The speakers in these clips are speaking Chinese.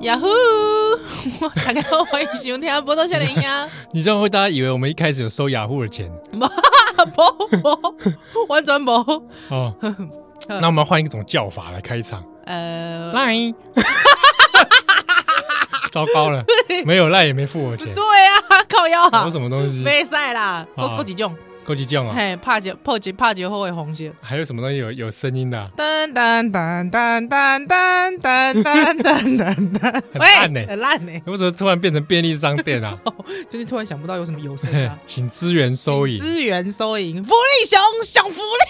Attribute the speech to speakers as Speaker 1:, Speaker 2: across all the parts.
Speaker 1: 呀呼！我大家好，欢迎收听波多少年啊呀，
Speaker 2: 你这样会大家以为我们一开始有收雅虎的钱
Speaker 1: 无无完全无。
Speaker 2: 哦。那我们换一种叫法来开场，
Speaker 1: 呃，
Speaker 2: 赖。 糟糕了，没有赖也没付我钱，
Speaker 1: 对啊，靠腰啊
Speaker 2: 搞，什么东西？
Speaker 1: 没赛啦，
Speaker 2: 好
Speaker 1: 够够几种，
Speaker 2: 枸杞酱啊，
Speaker 1: 嘿，怕酒破酒怕酒后会红线。
Speaker 2: 还有什么东西有有声音的啊？
Speaker 1: 噔噔噔噔噔噔噔噔噔噔噔，
Speaker 2: 烂呢
Speaker 1: 很烂呢， 哦
Speaker 2: 为什么突然变成便利商店啊？。
Speaker 1: 最近突然想不到有什么有声啊
Speaker 2: 请支援收银，
Speaker 1: 资源收银，福利熊享福利。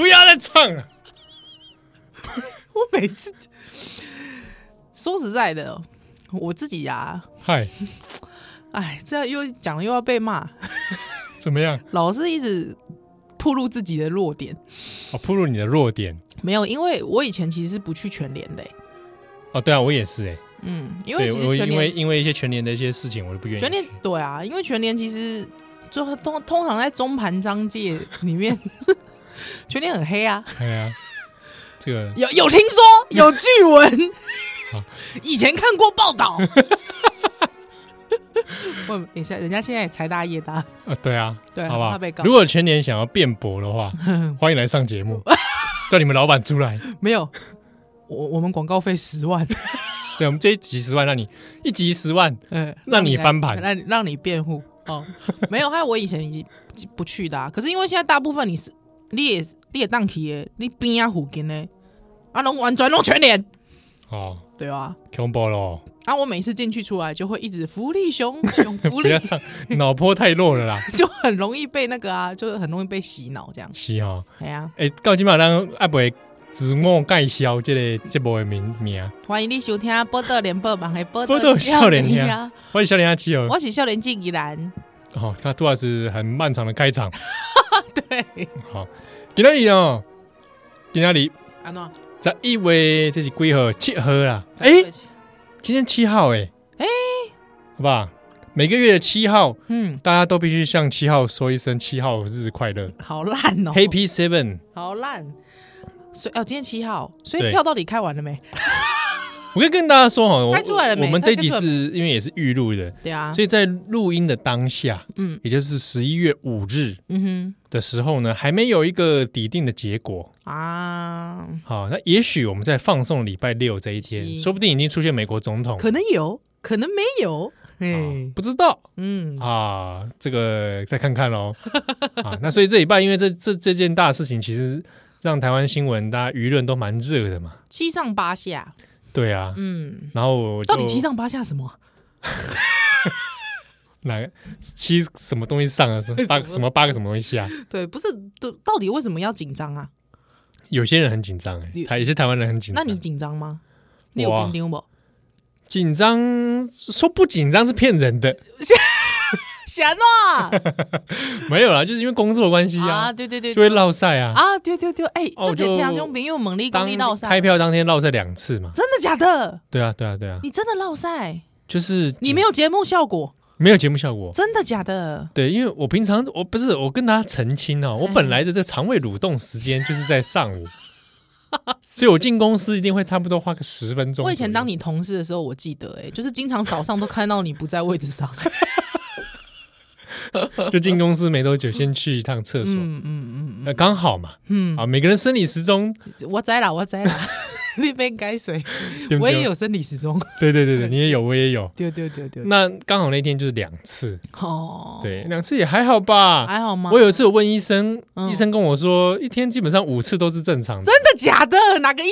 Speaker 2: 不要再唱了。
Speaker 1: 我每次说实在的，我自己呀、啊
Speaker 2: 嗨，
Speaker 1: 哎，这样又讲了又要被骂，
Speaker 2: 怎么样？
Speaker 1: 老是一直暴露自己的弱点。
Speaker 2: 哦，暴露你的弱点
Speaker 1: 没有，因为我以前其实是不去全联的欸、
Speaker 2: 哦。对啊，我也是哎，
Speaker 1: 嗯，因为
Speaker 2: 对
Speaker 1: 其
Speaker 2: 我
Speaker 1: 实全
Speaker 2: 因为
Speaker 1: 联，
Speaker 2: 因为一些全年的一些事情，我都不愿意
Speaker 1: 全联
Speaker 2: 去。
Speaker 1: 对啊，因为全联其实就通通常在中盘商界里面， 全联很黑啊，
Speaker 2: 哎呀，这个
Speaker 1: 有有听 说有据闻
Speaker 2: 好，
Speaker 1: 以前看过报道。 我等一下，人家现在也财大业大，
Speaker 2: 啊，对啊，
Speaker 1: 对
Speaker 2: 好吧
Speaker 1: 怕被告
Speaker 2: 如果全年想要辩驳 的话，欢迎来上节目，叫你们老板出来。
Speaker 1: 没有我我们广告费十万，
Speaker 2: 对，我们这一集十万，让你一集十万，
Speaker 1: 嗯，
Speaker 2: 让你
Speaker 1: 来
Speaker 2: 翻盘
Speaker 1: 让你让你辩护哦。没有，还有我以前已经不去的、啊，可是因为现在大部分你是你也你也当起的，你边啊附近的啊，拢完全拢全脸，
Speaker 2: 哦
Speaker 1: 对吧、
Speaker 2: 恐怖咯！
Speaker 1: 啊？啊，我每次进去出来就会一直福利熊 熊福
Speaker 2: 不
Speaker 1: 利
Speaker 2: 要，唱，脑波太弱了啦，
Speaker 1: 就很容易被那个啊，就是很容易被洗脑这样。
Speaker 2: 是哈。
Speaker 1: 哎呀、
Speaker 2: 诶，到今晚咱爱不会自我介绍这个节目的名名，
Speaker 1: 欢迎你收听《波特连播网》的波
Speaker 2: 报道少年兄
Speaker 1: 呀，
Speaker 2: 我是小林阿七哦。
Speaker 1: 啊我是少年纪怡然，
Speaker 2: 哦，他杜老师很漫长的开场。
Speaker 1: 对，
Speaker 2: 好，今天里哦，今天里
Speaker 1: 安诺，
Speaker 2: 十一月这是几号？七号啦。诶。
Speaker 1: 哎，
Speaker 2: 今天七号哎、
Speaker 1: 哎
Speaker 2: 好吧，每个月的七号，
Speaker 1: 嗯，
Speaker 2: 大家都必须向七号说一声七号日快乐、
Speaker 1: 好烂哦
Speaker 2: h a p p y Seven。
Speaker 1: 好烂。所以哦，今天七号，所以
Speaker 2: 对
Speaker 1: 票到底开完了没？
Speaker 2: 我可以跟大家说哈，我
Speaker 1: 开出来了没
Speaker 2: 我们这一集
Speaker 1: 开出
Speaker 2: 是因为也是预录的，
Speaker 1: 对啊，
Speaker 2: 所以在录音的当下，
Speaker 1: 嗯
Speaker 2: 也就是十一月五日
Speaker 1: 嗯
Speaker 2: 的时候呢，还没有一个底定的结果。
Speaker 1: 哼啊，
Speaker 2: 好，那也许我们在放送礼拜六这一天，
Speaker 1: 是
Speaker 2: 说不定已经出现美国总统，
Speaker 1: 可能有，可能没有，哎、
Speaker 2: 啊不知道。
Speaker 1: 嗯，
Speaker 2: 啊，这个再看看喽。 啊，那所以这礼拜因为这这这件大事情，其实让台湾新闻大家舆论都蛮热的嘛。
Speaker 1: 七上八下，
Speaker 2: 对啊，
Speaker 1: 嗯，
Speaker 2: 然后我就
Speaker 1: 到底七上八下什么？
Speaker 2: 哪个七什么东西上 啊？
Speaker 1: 哎
Speaker 2: 八什么八个什么东西下？
Speaker 1: 对，不是，都到底为什么要紧张啊？
Speaker 2: 有些人很紧张哎、
Speaker 1: 你
Speaker 2: 台有些台湾人很紧
Speaker 1: 那
Speaker 2: 张。
Speaker 1: 你紧张吗？你有
Speaker 2: 我啊
Speaker 1: 紧张不？
Speaker 2: 紧张说不紧张是骗 人的，
Speaker 1: 闲啊
Speaker 2: 没有啦， 就是因为工作关系啊，
Speaker 1: 啊，对对对，
Speaker 2: 就会落赛啊。
Speaker 1: 啊，对对对，哎、
Speaker 2: 哦
Speaker 1: 就这
Speaker 2: 就
Speaker 1: 两种朋友猛力
Speaker 2: 当
Speaker 1: 功力绕
Speaker 2: 开
Speaker 1: 赛，
Speaker 2: 票当天落赛两次嘛。
Speaker 1: 真的假的？
Speaker 2: 对啊，对啊，对啊，
Speaker 1: 你真的绕赛？
Speaker 2: 就是
Speaker 1: 你没有节目效果？
Speaker 2: 没有节目效果。
Speaker 1: 真的假的？
Speaker 2: 对，因为我平常我不是我跟大家澄清哦，我本
Speaker 1: 嗯
Speaker 2: 来的这肠胃蠕动时间就是在上午，所以我进公司一定会差不多花个十分钟。
Speaker 1: 我以前当，你同事的时候，我记得、哎，就是经常早上都看到你不在位置上。
Speaker 2: 就进公司没多久，先去一趟厕所，
Speaker 1: 嗯嗯嗯
Speaker 2: 那刚好嘛，
Speaker 1: 嗯
Speaker 2: 啊，每个人生理时钟，
Speaker 1: 嗯，我在啦，我在啦， 那边该谁？
Speaker 2: 对不
Speaker 1: 我也
Speaker 2: 对？
Speaker 1: 有生理时钟，
Speaker 2: 对对对对，你也有，我也有。
Speaker 1: 对对对对，
Speaker 2: 那刚好那天就是两次，
Speaker 1: 哦，，
Speaker 2: 对，两次也还好吧。
Speaker 1: 还好吗？
Speaker 2: 我有一次有问医生，
Speaker 1: 嗯
Speaker 2: 医生跟我说，一天基本上五次都是正常的，
Speaker 1: 真的假的？哪个医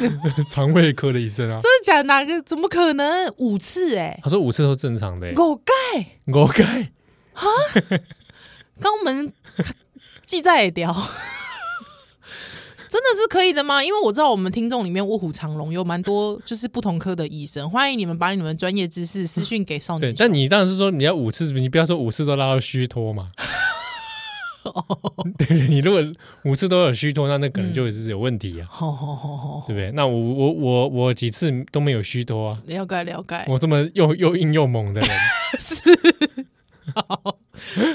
Speaker 1: 生？真的
Speaker 2: 肠胃科的医生啊，
Speaker 1: 假的？哪个？怎么可能？五次哎、
Speaker 2: 他说五次都正常的、欸，
Speaker 1: 狗盖
Speaker 2: 我该。
Speaker 1: 肛门记在也掉。真的是可以的吗？因为我知道我们听众里面卧虎藏龙有蛮多就是不同科的医生，欢迎你们把你们专业知识私讯给少
Speaker 2: 对，
Speaker 1: 年。
Speaker 2: 但你当然是说你要五次，你不要说五次都拉到虚 脱嘛。对，你如果五次都有虚脱，那那可
Speaker 1: 嗯
Speaker 2: 能就是有问 题啊，
Speaker 1: 好好好好，
Speaker 2: 对不对？那我我我我几次都没有虚脱啊，
Speaker 1: 了解了解。
Speaker 2: 我这么又又硬又猛的人，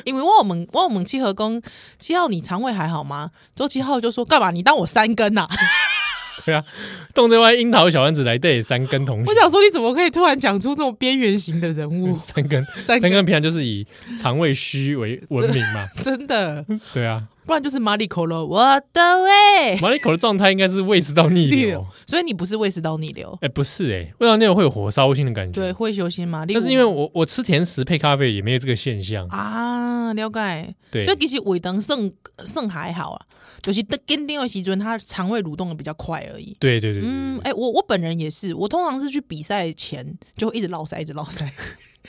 Speaker 1: 因为我们我们七和啊公七号，你肠胃还好吗？周七号就说干嘛？你当我三根呐、
Speaker 2: 对啊，动这湾樱桃小丸子来对三根同学？
Speaker 1: 我，想说，你怎么可以突然讲出这种边缘型的人物
Speaker 2: 三根
Speaker 1: 三
Speaker 2: 三
Speaker 1: 个
Speaker 2: 根平常就是以肠胃虚为闻名 嘛，
Speaker 1: 真的，
Speaker 2: 对啊，
Speaker 1: 不然就是马里口了。我的胃
Speaker 2: 马里口的状态应该是胃食道逆
Speaker 1: 逆
Speaker 2: 流
Speaker 1: 流，，所以你不是胃食道逆流，
Speaker 2: 哎、不是哎、胃食道逆流会有火烧心的感觉，
Speaker 1: 对，，会修心嘛？
Speaker 2: 嗯但是因为我我吃甜食配咖啡也没有这个现象，
Speaker 1: 啊，了解，
Speaker 2: 对
Speaker 1: 所以其实胃疼肾肾还好啊，就是得跟定的时阵，它肠胃蠕动的比较快而已。
Speaker 2: 对对对对
Speaker 1: 嗯，哎、我我本人也是，我通常是去比赛前就会一直落塞，一直落塞。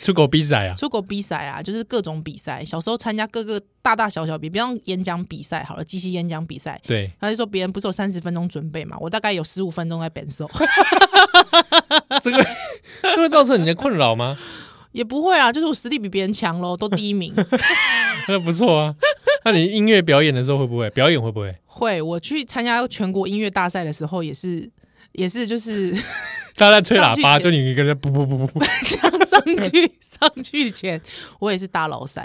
Speaker 2: 出口比仔啊，
Speaker 1: 出国比赛啊，就是各种比赛。小时候参加各个大大小小比，比方演讲比赛好了，即席演讲比赛，
Speaker 2: 对，
Speaker 1: 他就说别人不是有三十分钟准备嘛，我大概有十五分钟在本手，
Speaker 2: 这个这会造成你的困扰吗？
Speaker 1: 也不会啊，就是我实力比别人强咯，都第一名。
Speaker 2: 那不错啊，那你音乐表演的时候会不会表演会不会？
Speaker 1: 会，我去参加全国音乐大赛的时候也是。也是，就是
Speaker 2: 大家在吹喇叭，
Speaker 1: 上去
Speaker 2: 就你一个人不不不不
Speaker 1: 想上去 上去前，我也是大老塞，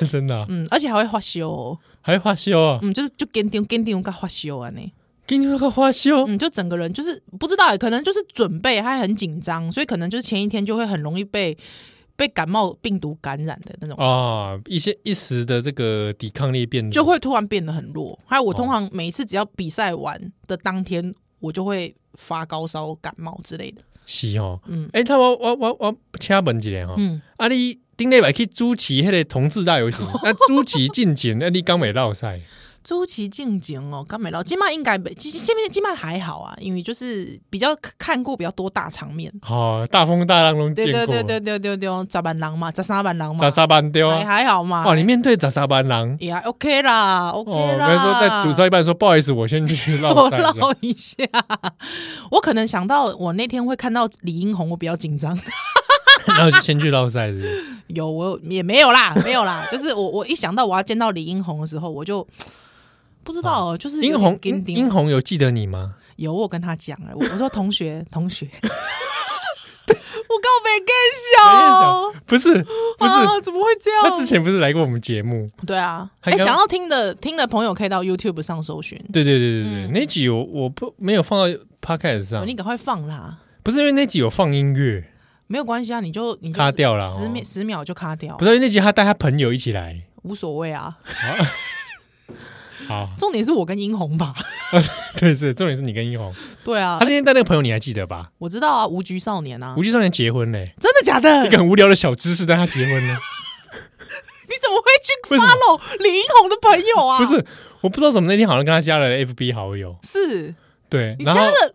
Speaker 2: 不， 真的啊、
Speaker 1: 嗯，而且还会发羞、哦，
Speaker 2: 还会花羞啊，
Speaker 1: 嗯，就是就跟丢跟丢跟发羞啊呢，
Speaker 2: 给你们个花哦羞，
Speaker 1: 嗯，就整个人就是不知道耶，可能就是准备还很紧张，所以可能就是前一天就会很容易被被感冒病毒感染的那种，
Speaker 2: 啊，一些一时的这个抵抗力变弱
Speaker 1: 就会突然变得很弱。还有我通常每一次只要比赛完的当天，我就会发高烧、感冒之类的。
Speaker 2: 是哦，嗯
Speaker 1: 嗯，
Speaker 2: 哎、他我我我我请问一下哈、
Speaker 1: 嗯，
Speaker 2: 啊你顶礼拜去主持迄个同志大游 行，啊主持进前，那你刚没落赛，
Speaker 1: 周期进行哦，刚美到今麦应该没，其实这边今麦还好啊，因为就是比较看过比较多大场面。
Speaker 2: 哦，大风大浪都见
Speaker 1: 对
Speaker 2: 过，
Speaker 1: 对对对对对对，十万人嘛，十三万人嘛
Speaker 2: 杂，沙班丢
Speaker 1: 还
Speaker 2: 啊，
Speaker 1: 还好嘛
Speaker 2: 哇，，你面对杂沙班狼。
Speaker 1: 也还 OK 啦
Speaker 2: 哦，
Speaker 1: ，OK
Speaker 2: 我
Speaker 1: 啦。
Speaker 2: 跟你说，在煮烧一半说，不好意思，我先去 落
Speaker 1: 我
Speaker 2: 赛了。
Speaker 1: 唠一下。我可能想到我那天会看到李英红，我比较紧张。
Speaker 2: 然后就先去落赛是不是
Speaker 1: 有我有也没有 啦，没有啦，就是我我一想到我要见到李英红的时候，我就。不知道，哦就是
Speaker 2: 英红，
Speaker 1: 有点
Speaker 2: 英
Speaker 1: 紧
Speaker 2: 英
Speaker 1: 张
Speaker 2: 红有记得你吗？
Speaker 1: 有我跟他讲哎、我我说同 学同学， 我告白更小，
Speaker 2: 不是，不是，
Speaker 1: 啊，怎么会这
Speaker 2: 他之
Speaker 1: 样？
Speaker 2: 前不是来过我们节目？
Speaker 1: 对啊，
Speaker 2: 他
Speaker 1: 哎、
Speaker 2: 刚
Speaker 1: 想要听的听的朋友可以到 YouTube 上搜寻，
Speaker 2: 对对对对对，那集我我不没有放到 podcast
Speaker 1: 嗯
Speaker 2: 上，
Speaker 1: 哦你赶快放啦，
Speaker 2: 不是因为那集有放音乐，
Speaker 1: 没有关系啊，你就你就
Speaker 2: 卡掉了
Speaker 1: 十
Speaker 2: 哦
Speaker 1: 秒十秒就卡掉
Speaker 2: 不，是因为那集他带他朋友一起来。
Speaker 1: 无所谓啊。
Speaker 2: 好，
Speaker 1: 重点是我跟英红吧，
Speaker 2: 对，是重点是你跟英红，
Speaker 1: 对啊
Speaker 2: 他，那天带那个朋友你还记得吧？
Speaker 1: 我知道啊，无局少年啊
Speaker 2: 无，惧少年结婚嘞，
Speaker 1: 真的假的？
Speaker 2: 一个很无聊的小知识，但他结婚了，
Speaker 1: 你怎么会去
Speaker 2: 为什么
Speaker 1: follow 李英红的朋友啊？
Speaker 2: 不是，我不知道怎么那天好像跟他加了 FB 好友，
Speaker 1: 是
Speaker 2: 对，
Speaker 1: 你
Speaker 2: 然
Speaker 1: 加
Speaker 2: 后
Speaker 1: 了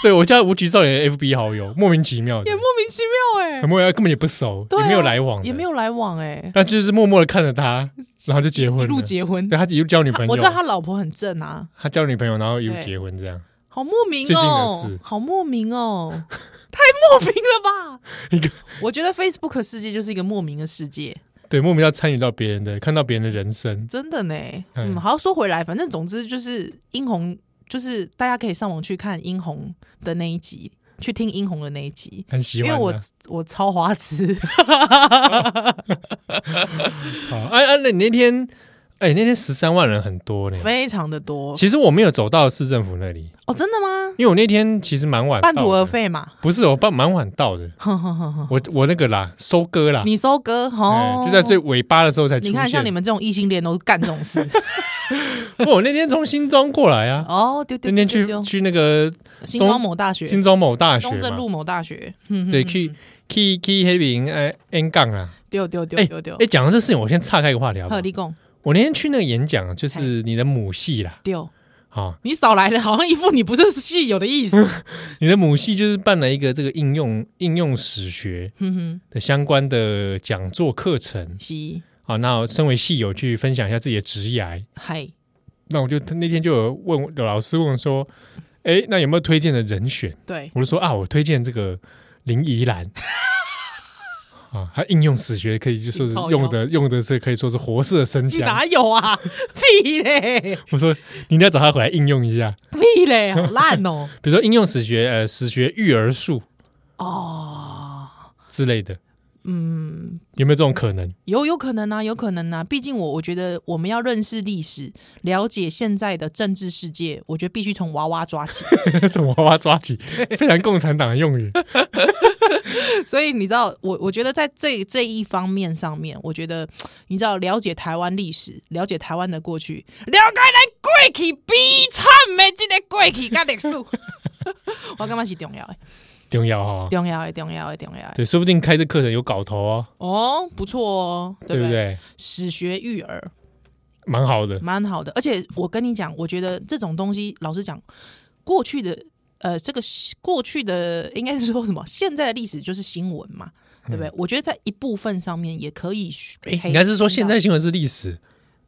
Speaker 2: 对我加了无惧少年的 FB 好友，莫名其妙的
Speaker 1: 也，莫名其妙哎、
Speaker 2: 很莫名根 本也不熟，
Speaker 1: 对啊
Speaker 2: 也没有来往，
Speaker 1: 也没，有来往哎、
Speaker 2: 但就是默默的看着他，然后就结婚
Speaker 1: 一
Speaker 2: 了，
Speaker 1: 路结婚
Speaker 2: 对。他一路交女朋友，
Speaker 1: 我知道他老婆很正啊，
Speaker 2: 他交女朋友，然后一路
Speaker 1: 对
Speaker 2: 结婚这样，
Speaker 1: 好莫名
Speaker 2: 最近的
Speaker 1: 哦
Speaker 2: 事，
Speaker 1: 好莫名 哦，太莫名了吧？
Speaker 2: 一个
Speaker 1: 我觉得 Facebook 世界就是一个莫名的世界，
Speaker 2: 对莫名要参与到别人的，看到别人的人生，
Speaker 1: 真的呢。嗯，好，说回来，反正总之就是英红，就是大家可以上网去看英红的那一集，去听英红的那一集。
Speaker 2: 很喜
Speaker 1: 因
Speaker 2: 欢
Speaker 1: 为
Speaker 2: 的。
Speaker 1: 我我超花痴，
Speaker 2: 好，哎、哎，那、你那天，哎、那天十三万人很多呢。
Speaker 1: 非常的多
Speaker 2: 其实我没有走到市政府那里，
Speaker 1: 哦，真的吗？
Speaker 2: 因为我那天其实蛮晚到
Speaker 1: 半
Speaker 2: 的
Speaker 1: 途而，废嘛，
Speaker 2: 不是我半蛮晚到的，
Speaker 1: 哼哼哼哼，
Speaker 2: 我我那个啦收割啦，
Speaker 1: 你收割
Speaker 2: 哎
Speaker 1: 哦，
Speaker 2: 就在最尾巴的时候才出现。
Speaker 1: 你看像你们这种异性恋都干这种事
Speaker 2: 不，哦我那天从新庄过来啊，
Speaker 1: 哦，丢丢
Speaker 2: 那天
Speaker 1: 丢
Speaker 2: 去
Speaker 1: 丢，
Speaker 2: 去那个
Speaker 1: 新庄某大学，
Speaker 2: 新庄某大学
Speaker 1: 中正
Speaker 2: 嘛，
Speaker 1: 路某大学，嗯，
Speaker 2: 对，去去去黑饼哎 N 杠啊，
Speaker 1: 丢丢丢丢丢
Speaker 2: 哎，，讲到这事情，我先岔开一个话题好不好
Speaker 1: 鹤？立贡
Speaker 2: 我那天去那个演讲，啊就是你的母系啦，
Speaker 1: 丢，
Speaker 2: 啊、
Speaker 1: 你少来了，好像一副你不是系有的意思，
Speaker 2: 你的母系就是办了一个这个应用应用史学
Speaker 1: 哼哼，
Speaker 2: 的相关的讲座课程
Speaker 1: 西
Speaker 2: 啊。那我身为系友去分享一下自己的职涯，
Speaker 1: 嗨，那
Speaker 2: 那我就那天就有问有老师问我说，哎，那有没有推荐的人选？
Speaker 1: 对，
Speaker 2: 我就说啊，我推荐这个林怡 兰。啊，他应用史学可以就说是
Speaker 1: 挺靠腰
Speaker 2: 用的用的是可以说是活色生
Speaker 1: 你
Speaker 2: 香。
Speaker 1: 哪有啊？ 屁嘞，
Speaker 2: 我说你一定要找他回来应用一下，
Speaker 1: 屁嘞，好烂哦，
Speaker 2: 比如说应用史学、呃史学育儿术
Speaker 1: 哦，
Speaker 2: 之类的。
Speaker 1: 嗯，
Speaker 2: 有没有这种可能？
Speaker 1: 有有可能啊，有可能啊。毕竟我我觉得我们要认识历史，了解现在的政治世界，我觉得必须从娃娃抓起。
Speaker 2: 从娃娃抓 起，非常共产党的用语。
Speaker 1: 所以你知道，我我觉得在这这一方面上面，我觉得你知道了解台湾历史，了解台湾的过去，了解咱过去悲惨的这个过去跟历史，我感觉是重要的，
Speaker 2: 重要哈、哦，
Speaker 1: 重要的，重要的，重要的。
Speaker 2: 对，说不定开这课程有搞头哦，
Speaker 1: 哦，不错哦，对
Speaker 2: 对
Speaker 1: 不对？
Speaker 2: 不对？
Speaker 1: 史学育儿
Speaker 2: 蛮好的，
Speaker 1: 蛮好的，而且我跟你讲，我觉得这种东西，老实讲，过去的呃，这个过去的应该是说什么？现在的历史就是新闻嘛。对不对？我觉得在一部分上面也可以培养到。
Speaker 2: 嗯应该是说现在新闻是历史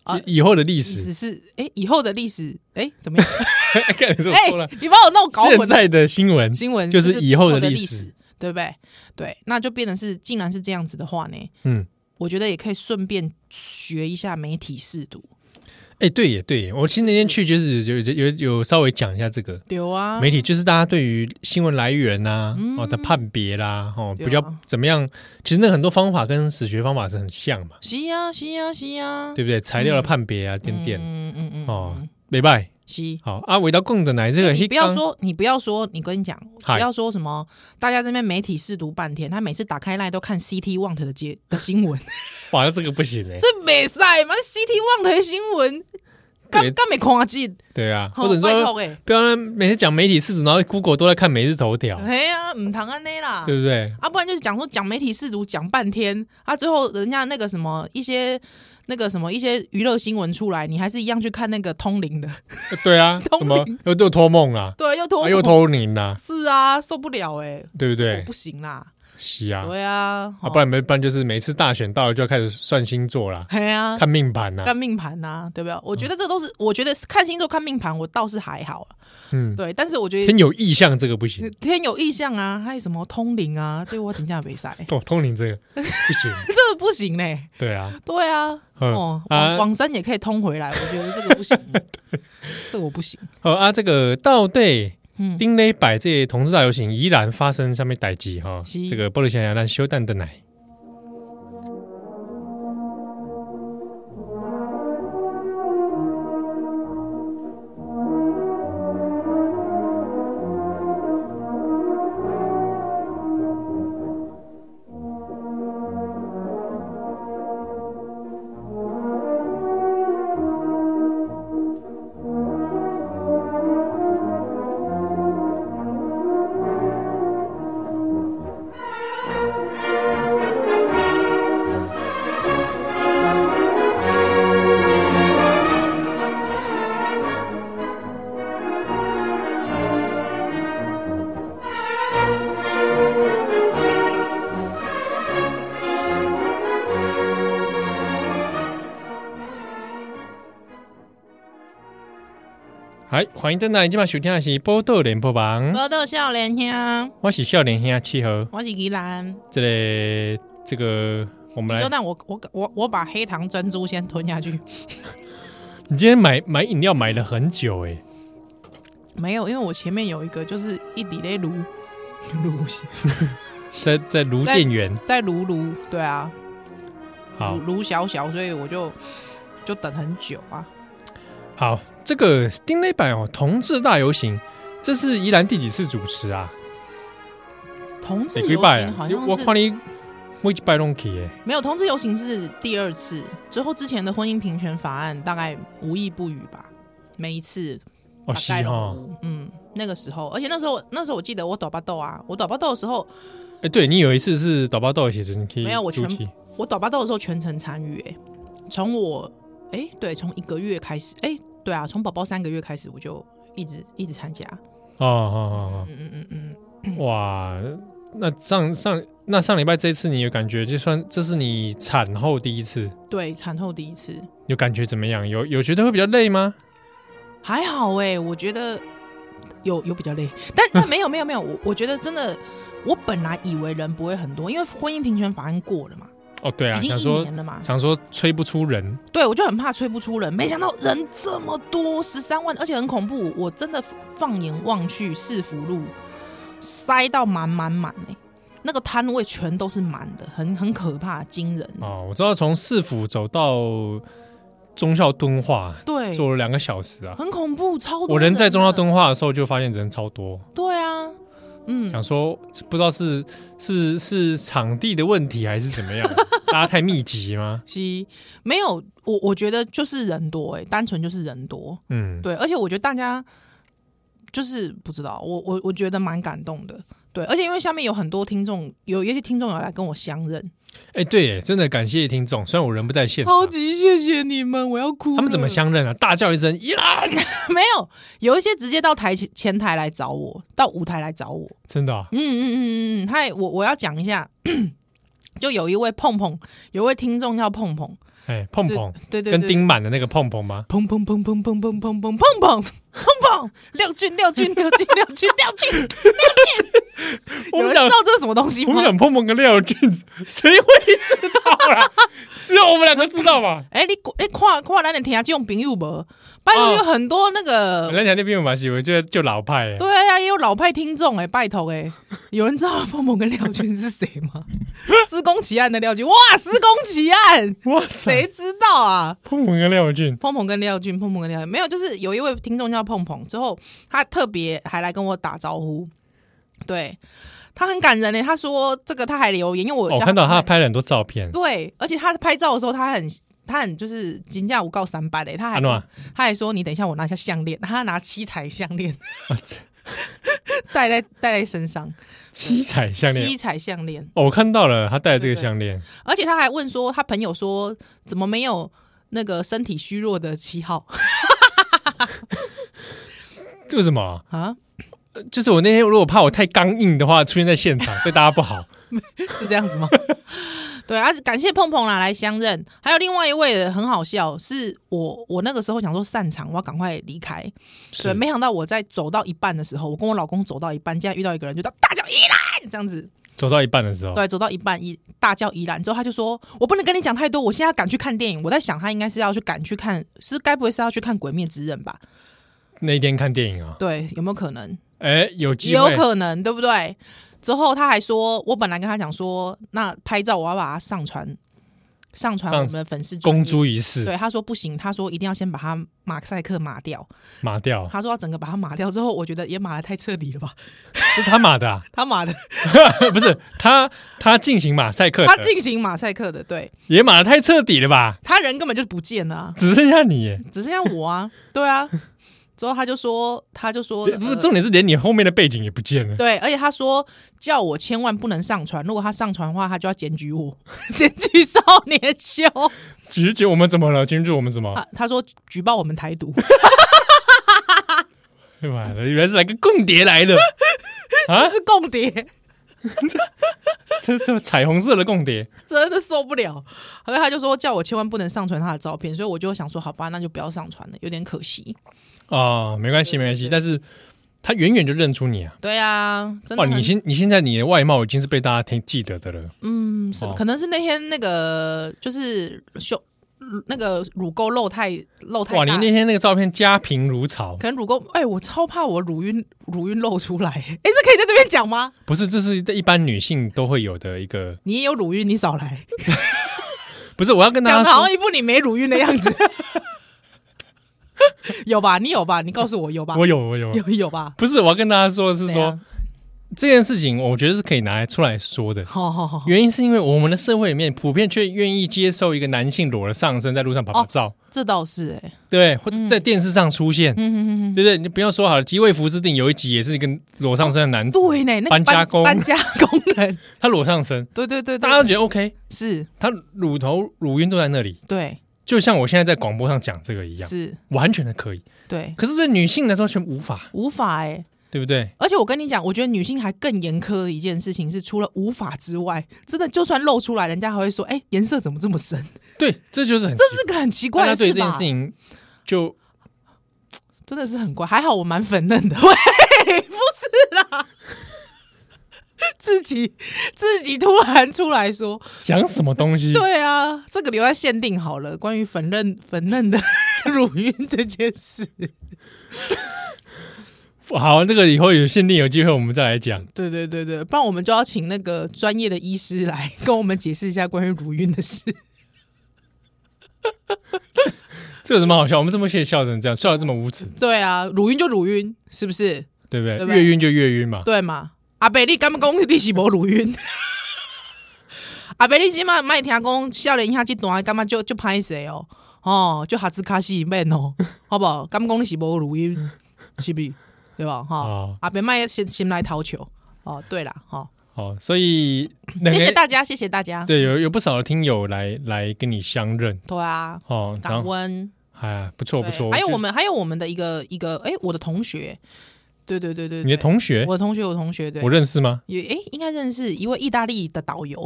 Speaker 1: 哎啊，
Speaker 2: 以以后的历
Speaker 1: 意思
Speaker 2: 史。
Speaker 1: 是，哎、以后的历史，哎、怎么 样？
Speaker 2: 看你说
Speaker 1: 哎、
Speaker 2: 错了，
Speaker 1: 你把我弄搞
Speaker 2: 现
Speaker 1: 混了。
Speaker 2: 在的新闻
Speaker 1: 新闻
Speaker 2: 就是以后的
Speaker 1: 的
Speaker 2: 历
Speaker 1: 史，
Speaker 2: 史
Speaker 1: 对不对？对，那就变成是，竟然是这样子的话呢，
Speaker 2: 嗯，
Speaker 1: 我觉得也可以顺便学一下媒体试读。
Speaker 2: 哎、对耶，对耶，我其实那天去就是有有有有稍微讲一下这个
Speaker 1: 对啊，
Speaker 2: 媒体，就是大家对于新闻来源呐、哦的判别啦，
Speaker 1: 嗯
Speaker 2: 哦
Speaker 1: 对啊
Speaker 2: 比较怎么样，其实那很多方法跟史学方法是很像嘛，
Speaker 1: 是啊，是啊，是啊，
Speaker 2: 对不对？材料的判别啊，点点、
Speaker 1: 嗯嗯嗯，
Speaker 2: 哦，没拜
Speaker 1: 是。
Speaker 2: 好啊，回到供的奶这个，
Speaker 1: 你不要
Speaker 2: 那天
Speaker 1: 说，你不要说，你跟你讲，
Speaker 2: 嗨
Speaker 1: 不要说什么，大家这边媒体试读半天，他每次打开来都看 CT Want 的节的新闻，
Speaker 2: 哇，那这个不行哎，
Speaker 1: 这没赛嘛？CT Want 的新闻，
Speaker 2: 对
Speaker 1: 干干没看进，
Speaker 2: 对啊，
Speaker 1: 好
Speaker 2: 或者
Speaker 1: 拜托
Speaker 2: 说
Speaker 1: 哎，
Speaker 2: 不要每天讲媒体事主，然后 Google 都在看每日头条，
Speaker 1: 哎呀，唔谈安内啦，
Speaker 2: 哦对不对？
Speaker 1: 啊，不然就是讲说讲媒体试读讲半天，啊，最后人家那个什么一些那个什么一些娱乐新闻出来，你还是一样去看那个通灵的，
Speaker 2: 对啊，
Speaker 1: 通
Speaker 2: 什么
Speaker 1: 灵
Speaker 2: 又又托梦啦，
Speaker 1: 对，又通
Speaker 2: 啊又偷灵啦，
Speaker 1: 是啊，受不了哎、
Speaker 2: 对不
Speaker 1: 我
Speaker 2: 对？
Speaker 1: 不行啦，
Speaker 2: 是啊，
Speaker 1: 对啊，
Speaker 2: 啊，不然没不然就是每次大选到了就要开始算星座啦，
Speaker 1: 嘿啊，
Speaker 2: 看命盘嗯啦
Speaker 1: 看。命盘呐、对不对？我觉得这都是，我觉得看星座看命盘，我倒是还好啊，
Speaker 2: 嗯，
Speaker 1: 对，但是我觉得
Speaker 2: 天有异象这个不 行，
Speaker 1: 天有异象啊，还有什么通灵啊，这我真正没 赛，
Speaker 2: 哦，通灵这 个不行，
Speaker 1: 这不行嘞、
Speaker 2: 对啊，
Speaker 1: 对啊，
Speaker 2: 嗯
Speaker 1: 哦，
Speaker 2: 啊
Speaker 1: 网网山也可以通回来，我觉得这个不 行，这个我不行。
Speaker 2: 哦啊，这个到底
Speaker 1: 嗯
Speaker 2: 丁磊摆这些同志大游行依然发生上面代际哈，
Speaker 1: 是
Speaker 2: 这个玻璃啊想想让修蛋的奶。嗨，欢迎登来，今晚收听的是《波豆联播榜》，
Speaker 1: 我到笑脸兄，
Speaker 2: 我是笑脸兄七和，
Speaker 1: 我是吉兰。
Speaker 2: 这里这个我们
Speaker 1: 你
Speaker 2: 来
Speaker 1: 说，那我我我我把黑糖珍珠先吞下去，
Speaker 2: 你今天买买饮料买了很久哎，
Speaker 1: 没有，因为我前面有一个就是一滴泪炉炉
Speaker 2: 在在卢
Speaker 1: 在
Speaker 2: 店员，
Speaker 1: 在炉炉，对啊，
Speaker 2: 好
Speaker 1: 炉炉小小，所以我就就等很久啊。
Speaker 2: 好，这个丁磊版哦，同志大游行，这是宜兰第几次主持啊？
Speaker 1: 同志
Speaker 2: 每
Speaker 1: 游
Speaker 2: 礼拜
Speaker 1: 行
Speaker 2: 啊
Speaker 1: 好，
Speaker 2: 你
Speaker 1: 像
Speaker 2: 我看
Speaker 1: 是
Speaker 2: 你我一拜拢去耶，
Speaker 1: 没有，同志游行是第二次，之后之前的婚姻平权法案大概无意不语吧，每一次
Speaker 2: 哦
Speaker 1: 大
Speaker 2: 是
Speaker 1: 概
Speaker 2: 哈，
Speaker 1: 拢有嗯，那个时候，而且那时候那时候我记得我抖巴豆啊，我抖巴豆的时候，
Speaker 2: 哎，对你有一次是导报到的时候，你可以
Speaker 1: 没有我
Speaker 2: 出
Speaker 1: 全
Speaker 2: 去
Speaker 1: 我抖巴豆的时候全程参与、欸，从我哎、对，从一个月开始，哎、对啊，从宝宝三个月开始我就一直一直参加，
Speaker 2: 哦哦
Speaker 1: 嗯嗯嗯嗯，
Speaker 2: 哦哦，哇，那上上那上礼拜这一次你有感觉，就算这是你产后第一次，
Speaker 1: 对，产后第一次
Speaker 2: 有感觉怎么样？有有觉得会比较累吗？
Speaker 1: 还好哎、我觉得有有比较累，但但没有没有没有，我我觉得真的，我本来以为人不会很多，因为婚姻平权法案过了嘛，
Speaker 2: 哦，对啊，
Speaker 1: 已经
Speaker 2: 想
Speaker 1: 一
Speaker 2: 说
Speaker 1: 年了嘛，
Speaker 2: 想说催不出人，
Speaker 1: 对，我就很怕催不出人，没想到人这么多，十三万，而且很恐怖。我真的放眼望去，市福路塞到满满满哎！那个摊位全都是满的，很很可怕，惊人。
Speaker 2: 哦，我知道从市府走到忠孝敦化，
Speaker 1: 对，
Speaker 2: 坐了两个小时啊。
Speaker 1: 很恐怖，超多
Speaker 2: 我人
Speaker 1: 的
Speaker 2: 在
Speaker 1: 啊
Speaker 2: 忠孝敦化的时候就发现人超多，
Speaker 1: 对啊，嗯，
Speaker 2: 想说不知道是是是场地的问题还是怎 么样，大家太密集吗？
Speaker 1: 西没有我，我觉得就是人多、欸，哎，单纯就是人多，
Speaker 2: 嗯，
Speaker 1: 对，而且我觉得大家就是不知道，我我我觉得蛮感动的，对，而且因为下面有很多听众，有一些听众有来跟我相认，
Speaker 2: 哎、对耶，真的感谢听众，虽然我人不在现场，
Speaker 1: 超级谢谢你们，我要哭了。
Speaker 2: 他们怎么相认啊？大叫一声“依兰
Speaker 1: 没有，有一些直接到台前前台来找我，到舞台来找我。”，
Speaker 2: 真的、啊
Speaker 1: 嗯嗯嗯嗯嗯，嗨，我我要讲一下， 就有一位碰碰，有一位听众叫碰碰，
Speaker 2: 哎、碰碰
Speaker 1: 对对
Speaker 2: 跟
Speaker 1: 对，
Speaker 2: 丁满的那个碰碰吗？
Speaker 1: 砰砰砰砰砰砰砰砰砰砰砰砰，廖俊廖俊廖俊廖俊廖俊，
Speaker 2: 我
Speaker 1: 有人
Speaker 2: 们
Speaker 1: 知
Speaker 2: 讲
Speaker 1: 道这是什么东西
Speaker 2: 我
Speaker 1: 吗
Speaker 2: 们？讲碰碰跟廖俊，谁会知道 啦？只有我们两个知道吧？
Speaker 1: 哎、你你看看咱的听这种朋友无？拜托
Speaker 2: 哦
Speaker 1: 有很多那个，
Speaker 2: 那讲那边我蛮喜欢，就就老派耶，
Speaker 1: 对啊，也有老派听众哎、拜托哎、有人知道碰碰跟廖俊是谁吗？施工奇案的廖俊，哇，施工奇案，
Speaker 2: 哇塞
Speaker 1: 谁，知道啊？
Speaker 2: 碰碰跟廖俊，
Speaker 1: 碰碰跟廖俊，碰碰跟廖俊，没有，就是有一位听众叫碰碰，之后他特别还来跟我打招呼，对他很感人呢、欸他说这个他还留言，因为我
Speaker 2: 哦
Speaker 1: 叫
Speaker 2: 我看到他拍了很多照片，
Speaker 1: 对，而且他拍照的时候他很。他很就是金价五告三百嘞，他还
Speaker 2: 安诺啊
Speaker 1: 他还说你等一下我拿下项链，他拿七彩项链 戴在戴在身上，
Speaker 2: 七彩项链
Speaker 1: 七，彩项链，
Speaker 2: 哦，我看到了，他戴这
Speaker 1: 对
Speaker 2: 个
Speaker 1: 对
Speaker 2: 项链，
Speaker 1: 而且他还问说，他朋友说怎么没有那个身体虚弱的七号
Speaker 2: 这个什么啊？
Speaker 1: 啊？
Speaker 2: 呃就是我那天如果怕我太刚硬的话，出现在 现场对大家不好。
Speaker 1: 是这样子吗？ 对啊，感谢碰碰啦来相认，还有另外一位很好笑，是我我那个时候想说散场，我要赶快离开，对，
Speaker 2: 是
Speaker 1: 没想到我在走到一半的时候，我跟我老公走到一半，竟然遇到一个人就大大叫依兰这样子，
Speaker 2: 走到一半的时候，
Speaker 1: 对，走到一半一大叫依兰之后，他就说我不能跟你讲太多，我现在要赶去看电影，我在想他应该是要去赶去看，是该不会是要去看《鬼灭之刃》吧？
Speaker 2: 那一天看电影啊，
Speaker 1: 对，有没有可能？
Speaker 2: 哎，有机
Speaker 1: 有
Speaker 2: 会，
Speaker 1: 可能，对不对？之后他还说，我本来跟他讲说，那拍照我要把它上传，上传我
Speaker 2: 上
Speaker 1: 们的粉丝专
Speaker 2: 公
Speaker 1: 页。
Speaker 2: 诸于世，
Speaker 1: 对，他说不行，他说一定要先把它马赛克码掉。
Speaker 2: 码 掉，
Speaker 1: 他说要整个把它码掉之后，我觉得也码的太彻底了吧？
Speaker 2: 是他码的啊，
Speaker 1: 他码的，
Speaker 2: 不是他他进行马赛克的，
Speaker 1: 他进行马赛克的，对
Speaker 2: 也码的太彻底了吧？
Speaker 1: 他人根本就不见了、啊，
Speaker 2: 只剩下你耶，
Speaker 1: 只剩下我啊，对啊。之后他就说，他就说，
Speaker 2: 不
Speaker 1: 呃
Speaker 2: 是重点是连你后面的背景也不见了。
Speaker 1: 对，而且他说叫我千万不能上传，如果他上传的话，他就要检举我， 检举少年秀。
Speaker 2: 菊姐，我们怎么了？君主，我们怎么？
Speaker 1: 他他说举报我们台独，
Speaker 2: 妈的，原来是来个共谍来的啊！
Speaker 1: 是共谍，
Speaker 2: 这这彩虹色的共谍，
Speaker 1: 真的受不了。然后他就说叫我千万不能上传他的照片，所以我就想说，好吧，那就不要上传了，有点可惜。
Speaker 2: 哦，没关系，没关系。但是他远远就认出你啊！
Speaker 1: 对啊，真的
Speaker 2: 哇，
Speaker 1: 很，
Speaker 2: 哦你现你现在你的外貌已经是被大家听记得的了。
Speaker 1: 嗯，是、
Speaker 2: 哦
Speaker 1: 可能是那天那个就是胸那个乳沟露太露太
Speaker 2: 哇，你
Speaker 1: 大。
Speaker 2: 那天那个照片家贫如潮，
Speaker 1: 可能乳沟，哎、我超怕我乳晕乳晕露出来，哎、这可以在这边讲吗？
Speaker 2: 不是，这是一般女性都会有的一个，
Speaker 1: 你也有乳晕，你少来，
Speaker 2: 不是我要跟大
Speaker 1: 讲的
Speaker 2: 家
Speaker 1: 好
Speaker 2: 说，
Speaker 1: 像一副你没乳晕的样子， 有吧？你有吧？你告诉我有吧？
Speaker 2: 我有我有，
Speaker 1: 有有吧？啊
Speaker 2: 不是我要跟大家说的是
Speaker 1: 怎
Speaker 2: 说
Speaker 1: 样，
Speaker 2: 这件事情，我觉得是可以拿来出来说的。
Speaker 1: 好好好，
Speaker 2: 原因是因为我们的社会里面普遍却愿意接受一个男性裸了上身在路上跑跑
Speaker 1: 哦
Speaker 2: 照，
Speaker 1: 这倒是哎、
Speaker 2: 对，或者在电视上出现，
Speaker 1: 嗯嗯嗯，
Speaker 2: 对不对？你不要说好了，《即位服之定》有一集也是一个裸上身的男子，
Speaker 1: 对呢，那个
Speaker 2: 搬家工
Speaker 1: 搬家工人，
Speaker 2: 他裸上身，
Speaker 1: 哦对对对，对
Speaker 2: 大家都觉得 OK，
Speaker 1: 是
Speaker 2: 他乳头、乳晕都在那里，
Speaker 1: 对
Speaker 2: 就像我现在在广播上讲这个一样，
Speaker 1: 是，
Speaker 2: 完全的可以。
Speaker 1: 对，
Speaker 2: 可是对女性来说全无法，
Speaker 1: 无法哎、
Speaker 2: 对不对？
Speaker 1: 而且我跟你讲，我觉得女性还更严苛的一件事情是，除了无法之外，真的就算露出来，人家还会说：“哎、颜色怎么这么深
Speaker 2: 对，这就是很？”
Speaker 1: 这是个很奇怪
Speaker 2: 大家
Speaker 1: 的
Speaker 2: 对
Speaker 1: 事
Speaker 2: 这件
Speaker 1: 吧
Speaker 2: 事？情就
Speaker 1: 真的是很怪，还好我蛮粉嫩的。 喂，不是啦， 自己自己突然出来说，
Speaker 2: 讲什么东西，
Speaker 1: 对啊，这个留在限定好了。关于 粉嫩粉嫩的乳晕这件事，
Speaker 2: 好，那个以后有限定有机会我们再来讲。
Speaker 1: 对对对对，不然我们就要请那个专业的医师来跟我们解释一下关于乳晕的事。
Speaker 2: 这有什么好笑？我们这么谢笑成这样，笑的这么无耻，
Speaker 1: 对啊，乳晕就乳晕，是不是？
Speaker 2: 对不对？
Speaker 1: 对吧
Speaker 2: 越晕就越晕嘛。
Speaker 1: 对嘛？阿伯，你敢不讲你是无乳晕？ 阿伯，你即码卖听讲少年兄这段，感觉就就歹势哦，哦，就哈兹卡西面哦， 好不好？敢不讲你是无乳晕，是不是？对吧？哈、
Speaker 2: 哦
Speaker 1: 阿伯卖先先来讨球哦，对啦，哈、
Speaker 2: 好，所以 两
Speaker 1: 谢
Speaker 2: 个
Speaker 1: 谢大家，谢谢大家，
Speaker 2: 对有有不少的听友来来跟你相认
Speaker 1: 对啊，
Speaker 2: 哦，然
Speaker 1: 感
Speaker 2: 后
Speaker 1: 恩。
Speaker 2: 哎，不错不
Speaker 1: 对
Speaker 2: 错。
Speaker 1: 还有
Speaker 2: 觉得
Speaker 1: 我们还有我们的一个一个，哎、我的同学，对对对对
Speaker 2: 你
Speaker 1: 对
Speaker 2: 的同学，
Speaker 1: 我的同学，我的同学，对，
Speaker 2: 我认识吗？
Speaker 1: 也哎、应该认识一位意大利的导游，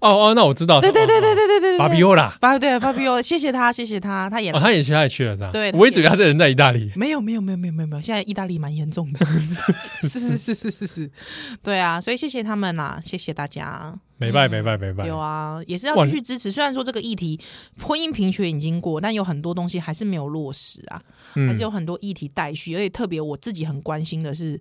Speaker 2: 哦哦，那我知道。对对对对对对对，巴比欧啦，
Speaker 1: 巴对巴比欧，谢谢他，谢谢他，他也
Speaker 2: 哦，
Speaker 1: 来、
Speaker 2: 他也去，他也嗯去了，是吧？
Speaker 1: 对他
Speaker 2: 我一直以为他这人在意大利。
Speaker 1: 没有没有没有没有没有没有，现在意大利蛮严重的，是是是是是是，对啊，所以谢谢他们啦，谢谢大家，
Speaker 2: 没拜没拜没拜。
Speaker 1: 有啊，也是
Speaker 2: 哇
Speaker 1: 要继续支持。虽然说这个议题婚姻平权已经过，但有很多东西还是没有落实啊，还
Speaker 2: 嗯
Speaker 1: 是有很多议题待续，而且特别我自己很关心的是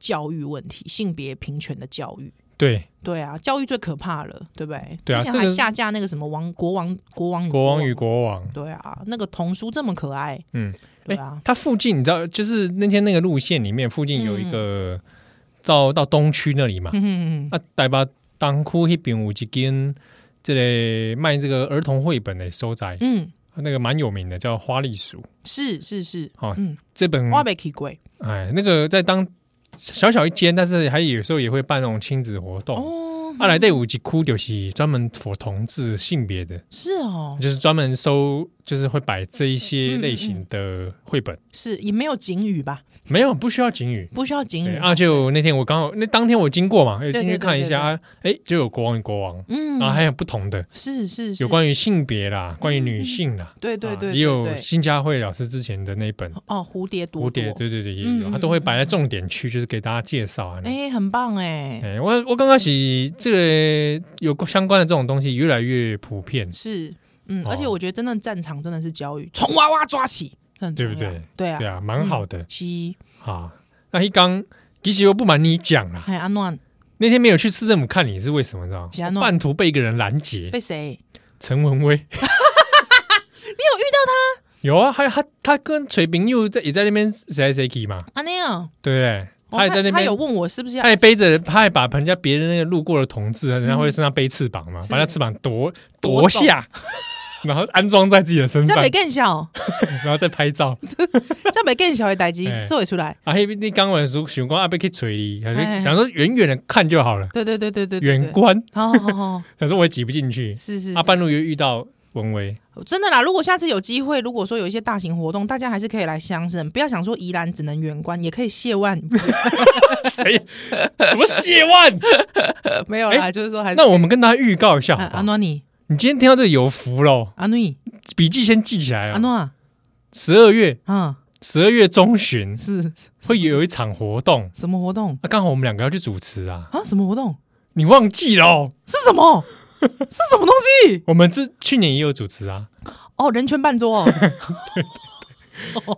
Speaker 1: 教育问题，性别平权的教育。
Speaker 2: 对，
Speaker 1: 对啊，教育最可怕了，对不对？
Speaker 2: 对啊
Speaker 1: 之前
Speaker 2: 这
Speaker 1: 还
Speaker 2: 个
Speaker 1: 下架那个什么王国王国王与
Speaker 2: 国王与国王，
Speaker 1: 对啊，那个童书这么可爱，
Speaker 2: 嗯，
Speaker 1: 对啊，
Speaker 2: 它附近你知道，就是那天那个路线里面附近有一个到到东区那里嘛，
Speaker 1: 嗯嗯嗯
Speaker 2: 啊，台北东区那边有一间这类卖这个儿童绘本的收宅，
Speaker 1: 嗯，
Speaker 2: 那个蛮有名的，叫花栗鼠。
Speaker 1: 是是是，
Speaker 2: 哦
Speaker 1: 嗯，
Speaker 2: 这本
Speaker 1: 我没去过
Speaker 2: 哎，那个在当小小一间，但是还有时候也会办那种亲子活动。
Speaker 1: 哦，
Speaker 2: 啊，来队伍级哭就是专门 for 同志性别的，
Speaker 1: 是哦，
Speaker 2: 就是专门收，就是会摆这一些类型的绘本。
Speaker 1: 是也没有警语吧？
Speaker 2: 没有，不需要警语。
Speaker 1: 不需要警
Speaker 2: 对
Speaker 1: 语
Speaker 2: 啊，就那天我刚好那当天我经过嘛，有
Speaker 1: 对
Speaker 2: 进去看一下，啊哎，就有国王与国王，
Speaker 1: 嗯
Speaker 2: 然后啊还有不同的，
Speaker 1: 是是是
Speaker 2: 有关于性别啦，关于女性啦，
Speaker 1: 对对
Speaker 2: 啊
Speaker 1: 对，
Speaker 2: 也有
Speaker 1: 对对
Speaker 2: 新佳慧老师之前的那一本
Speaker 1: 哦，蝴蝶朵
Speaker 2: 蝴
Speaker 1: 朵
Speaker 2: 蝶，，对对对，也
Speaker 1: 嗯
Speaker 2: 有，
Speaker 1: 嗯
Speaker 2: 他都会摆在重点区，就是给大家介绍啊。
Speaker 1: 哎，很棒哎，
Speaker 2: 哎，我我刚开始这个有相关的这种东西越来越普遍，
Speaker 1: 是，嗯，
Speaker 2: 哦
Speaker 1: 而且我觉得真的战场真的是教育，从娃娃抓起，这很重要
Speaker 2: 对不对？
Speaker 1: 对啊
Speaker 2: 对，啊，蛮好的
Speaker 1: 西
Speaker 2: 啊。那一刚其实我不瞒你讲啦，
Speaker 1: 还安暖
Speaker 2: 那天没有去市政府看你是为什么，你知道
Speaker 1: 其他
Speaker 2: 吗？
Speaker 1: 弄
Speaker 2: 我半途被一个人拦截，
Speaker 1: 被谁？
Speaker 2: 陈 文威。你 有遇到他？有啊，还有他他跟崔炳佑在也在那边谁来谁去嘛，
Speaker 1: 啊那样，
Speaker 2: 对不对？
Speaker 1: 哦
Speaker 2: 他也在那
Speaker 1: 他
Speaker 2: 边
Speaker 1: 有，问我是不是要
Speaker 2: 他也背着，他也把人家别人那个路过的同志，啊人家会身上背翅膀嘛，
Speaker 1: 嗯是
Speaker 2: 把他翅膀夺
Speaker 1: 夺
Speaker 2: 夺下， 然后安装在自己的身
Speaker 1: 这
Speaker 2: 上，
Speaker 1: 样没更小，
Speaker 2: 然后再拍 照。
Speaker 1: 这样没更小的代 机
Speaker 2: 哎
Speaker 1: 做得出来。
Speaker 2: 啊，那那刚完的时候，想光阿贝去锤你，想
Speaker 1: 哎
Speaker 2: 说想说远远的看就好了，
Speaker 1: 对对对对对，对
Speaker 2: 远，观，
Speaker 1: 对好好 好，好
Speaker 2: 想说我也挤不进去。
Speaker 1: 是是
Speaker 2: 啊，
Speaker 1: 是，
Speaker 2: 半路又遇到 文威，
Speaker 1: 真的啦。如果下次有机会，如果说有一些大型活动，大家还是可以来乡镇，不要想说宜兰只能远观，也可以谢万，
Speaker 2: 谁什么谢 万？
Speaker 1: 呃没有啦，就是说还是
Speaker 2: 那我们跟大家预告一下好
Speaker 1: 哎啊
Speaker 2: 不
Speaker 1: 阿
Speaker 2: 好？
Speaker 1: 诺尼
Speaker 2: 你今天听到这个有福喽，
Speaker 1: 阿诺尼
Speaker 2: 笔记先记起来
Speaker 1: 阿
Speaker 2: 啊。
Speaker 1: 诺啊，
Speaker 2: 十二月
Speaker 1: 嗯，
Speaker 2: 十二月中旬
Speaker 1: 是
Speaker 2: 会有一场活动，
Speaker 1: 什么活动
Speaker 2: 那刚好我们两个要去主持啊。
Speaker 1: 啊？什么活动？
Speaker 2: 你忘记喽？
Speaker 1: 是什么？是什么东 西？
Speaker 2: 我们这去年也有主持啊，
Speaker 1: 哦，人权办 桌哦，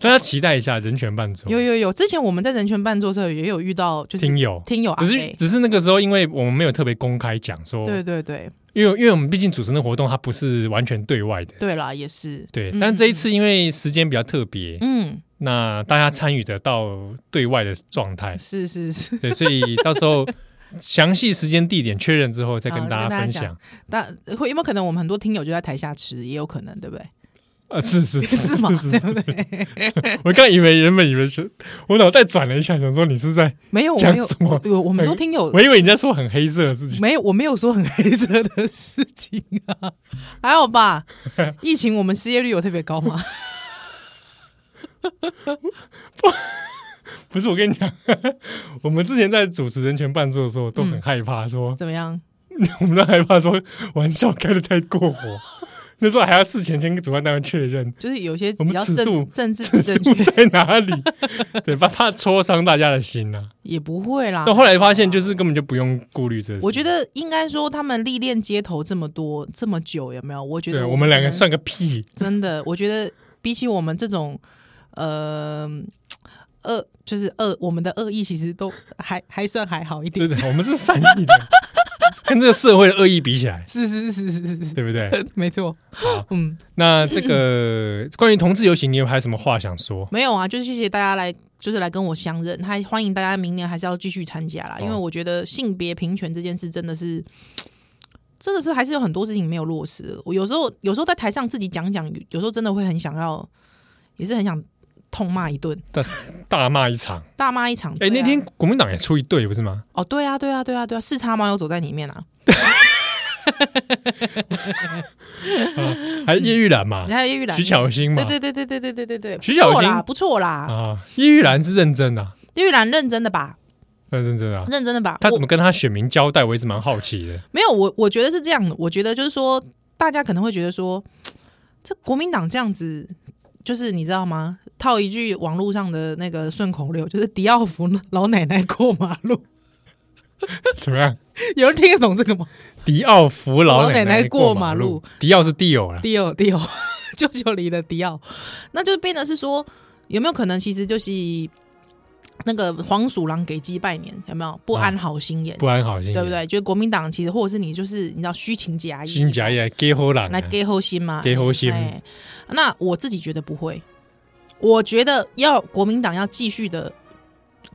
Speaker 2: 大家期待一下人权伴奏。
Speaker 1: 哦有有有，之前我们在人权办桌的时候也有遇到，就是
Speaker 2: 听友，
Speaker 1: 听友阿
Speaker 2: 只是
Speaker 1: 贝，
Speaker 2: 只是那个时候，因为我们没有特别公开讲说，
Speaker 1: 对对对
Speaker 2: 因为因为我们毕竟主持那个活动，它不是完全对外的。
Speaker 1: 对啦，也是
Speaker 2: 对，
Speaker 1: 嗯
Speaker 2: 但这一次因为时间比较特别，
Speaker 1: 嗯，
Speaker 2: 那大家参与得到对外的状态，
Speaker 1: 是是是，
Speaker 2: 对，所 以到时候详细时间、地点确认之后，再跟
Speaker 1: 好
Speaker 2: 大
Speaker 1: 再跟大家
Speaker 2: 家分
Speaker 1: 讲
Speaker 2: 享。
Speaker 1: 但呃会有没有可能我们很多听友就在台下吃，也有可能，对不对？
Speaker 2: 呃，是是是
Speaker 1: 是吗？对不对？
Speaker 2: 我刚以为原本以为是我脑袋转了一下，想说你是在，
Speaker 1: 没有，我
Speaker 2: 讲
Speaker 1: 没有
Speaker 2: 什，么哎
Speaker 1: 我我我们都听友
Speaker 2: 我以为你在说很黑色的事 情。
Speaker 1: 没有，我没有说很黑色的事情啊，还好 吧？疫情我们失业率有特别高吗？
Speaker 2: 不是，我跟你讲， 我们之前在主持人权伴奏的时候都
Speaker 1: 嗯
Speaker 2: 很害怕说，
Speaker 1: 怎么样？
Speaker 2: 我们都害怕说玩笑开的太过 火。那时候还要事前先跟主办单位确认
Speaker 1: 就是有些比
Speaker 2: 我们
Speaker 1: 较
Speaker 2: 尺度
Speaker 1: 政政治不正
Speaker 2: 度
Speaker 1: 确
Speaker 2: 在哪里，对，怕怕戳伤大家的心呐、
Speaker 1: 也不会啦
Speaker 2: 啊。但。后来发现，就是根本就不用顾虑这些。
Speaker 1: 我觉得应该说，他们历练街头这么多这么久，有没有？我觉
Speaker 2: 对
Speaker 1: 得
Speaker 2: 我们两个
Speaker 1: 可能
Speaker 2: 算个屁，
Speaker 1: 真的，我觉得比起我们这种呃恶，就是恶，我们的恶意其实都还还算还好一
Speaker 2: 对
Speaker 1: 点。
Speaker 2: 对，我们是善意 的，跟这个社会的恶意比起来，
Speaker 1: 是是是是是是，
Speaker 2: 对不对？
Speaker 1: 没错。
Speaker 2: 好，
Speaker 1: 嗯，
Speaker 2: 那这个关于同志游行，你有还有什么话想说？
Speaker 1: 没有啊，就是谢谢大家来，就是来跟我相认，还欢迎大家明年还是要继续参加啦，
Speaker 2: 哦
Speaker 1: 因为我觉得性别平权这件事真的是。真的是还是有很多事情没有落实。我有时候有时候在台上自己讲讲，有时候真的会很想要，也是很想痛骂一顿，
Speaker 2: 大骂一场。
Speaker 1: 大骂一场。对
Speaker 2: 哎、
Speaker 1: 啊
Speaker 2: 那天国民党也出一队，不是吗？
Speaker 1: 哦，对啊，对啊，对啊，对啊，四叉猫有走在里面啊，
Speaker 2: 还有叶玉兰嘛，
Speaker 1: 还有叶玉兰，
Speaker 2: 徐巧芯嘛，
Speaker 1: 对对对对对对对对对，
Speaker 2: 徐小
Speaker 1: 不错
Speaker 2: 新
Speaker 1: 啦，不错啦，
Speaker 2: 啊，叶玉兰是认真的、啊，
Speaker 1: 叶玉兰认真的吧，
Speaker 2: 认真真的、啊。
Speaker 1: 认真的吧，
Speaker 2: 他
Speaker 1: 我
Speaker 2: 怎么跟他选民交代，我一直蛮好奇的。
Speaker 1: 没有，我我觉得是这样的，我觉得就是说，大家可能会觉得说，这国民党这样子，就是你知道吗？套一句网络上的那个顺口溜，就是迪奥福老奶奶过马路，
Speaker 2: 怎么样？
Speaker 1: 有人听得懂这个吗？
Speaker 2: 迪奥扶老奶
Speaker 1: 老奶奶
Speaker 2: 过
Speaker 1: 过
Speaker 2: 马
Speaker 1: 马路
Speaker 2: 路，迪奥是迪奥啦，
Speaker 1: 迪奥迪奥， 舅舅里的迪奥，那就变得是说，有没有可能其实就是那个黄鼠狼给鸡拜年，有没有不安好心眼？
Speaker 2: 不安好心，
Speaker 1: 对不？对？就是国民党其实或者是你就是你知道虚情假意，
Speaker 2: 新假也给好人啊
Speaker 1: 来，给后心嘛，
Speaker 2: 给好心
Speaker 1: 哎，那我自己觉得不会，我觉得要国民党要继续的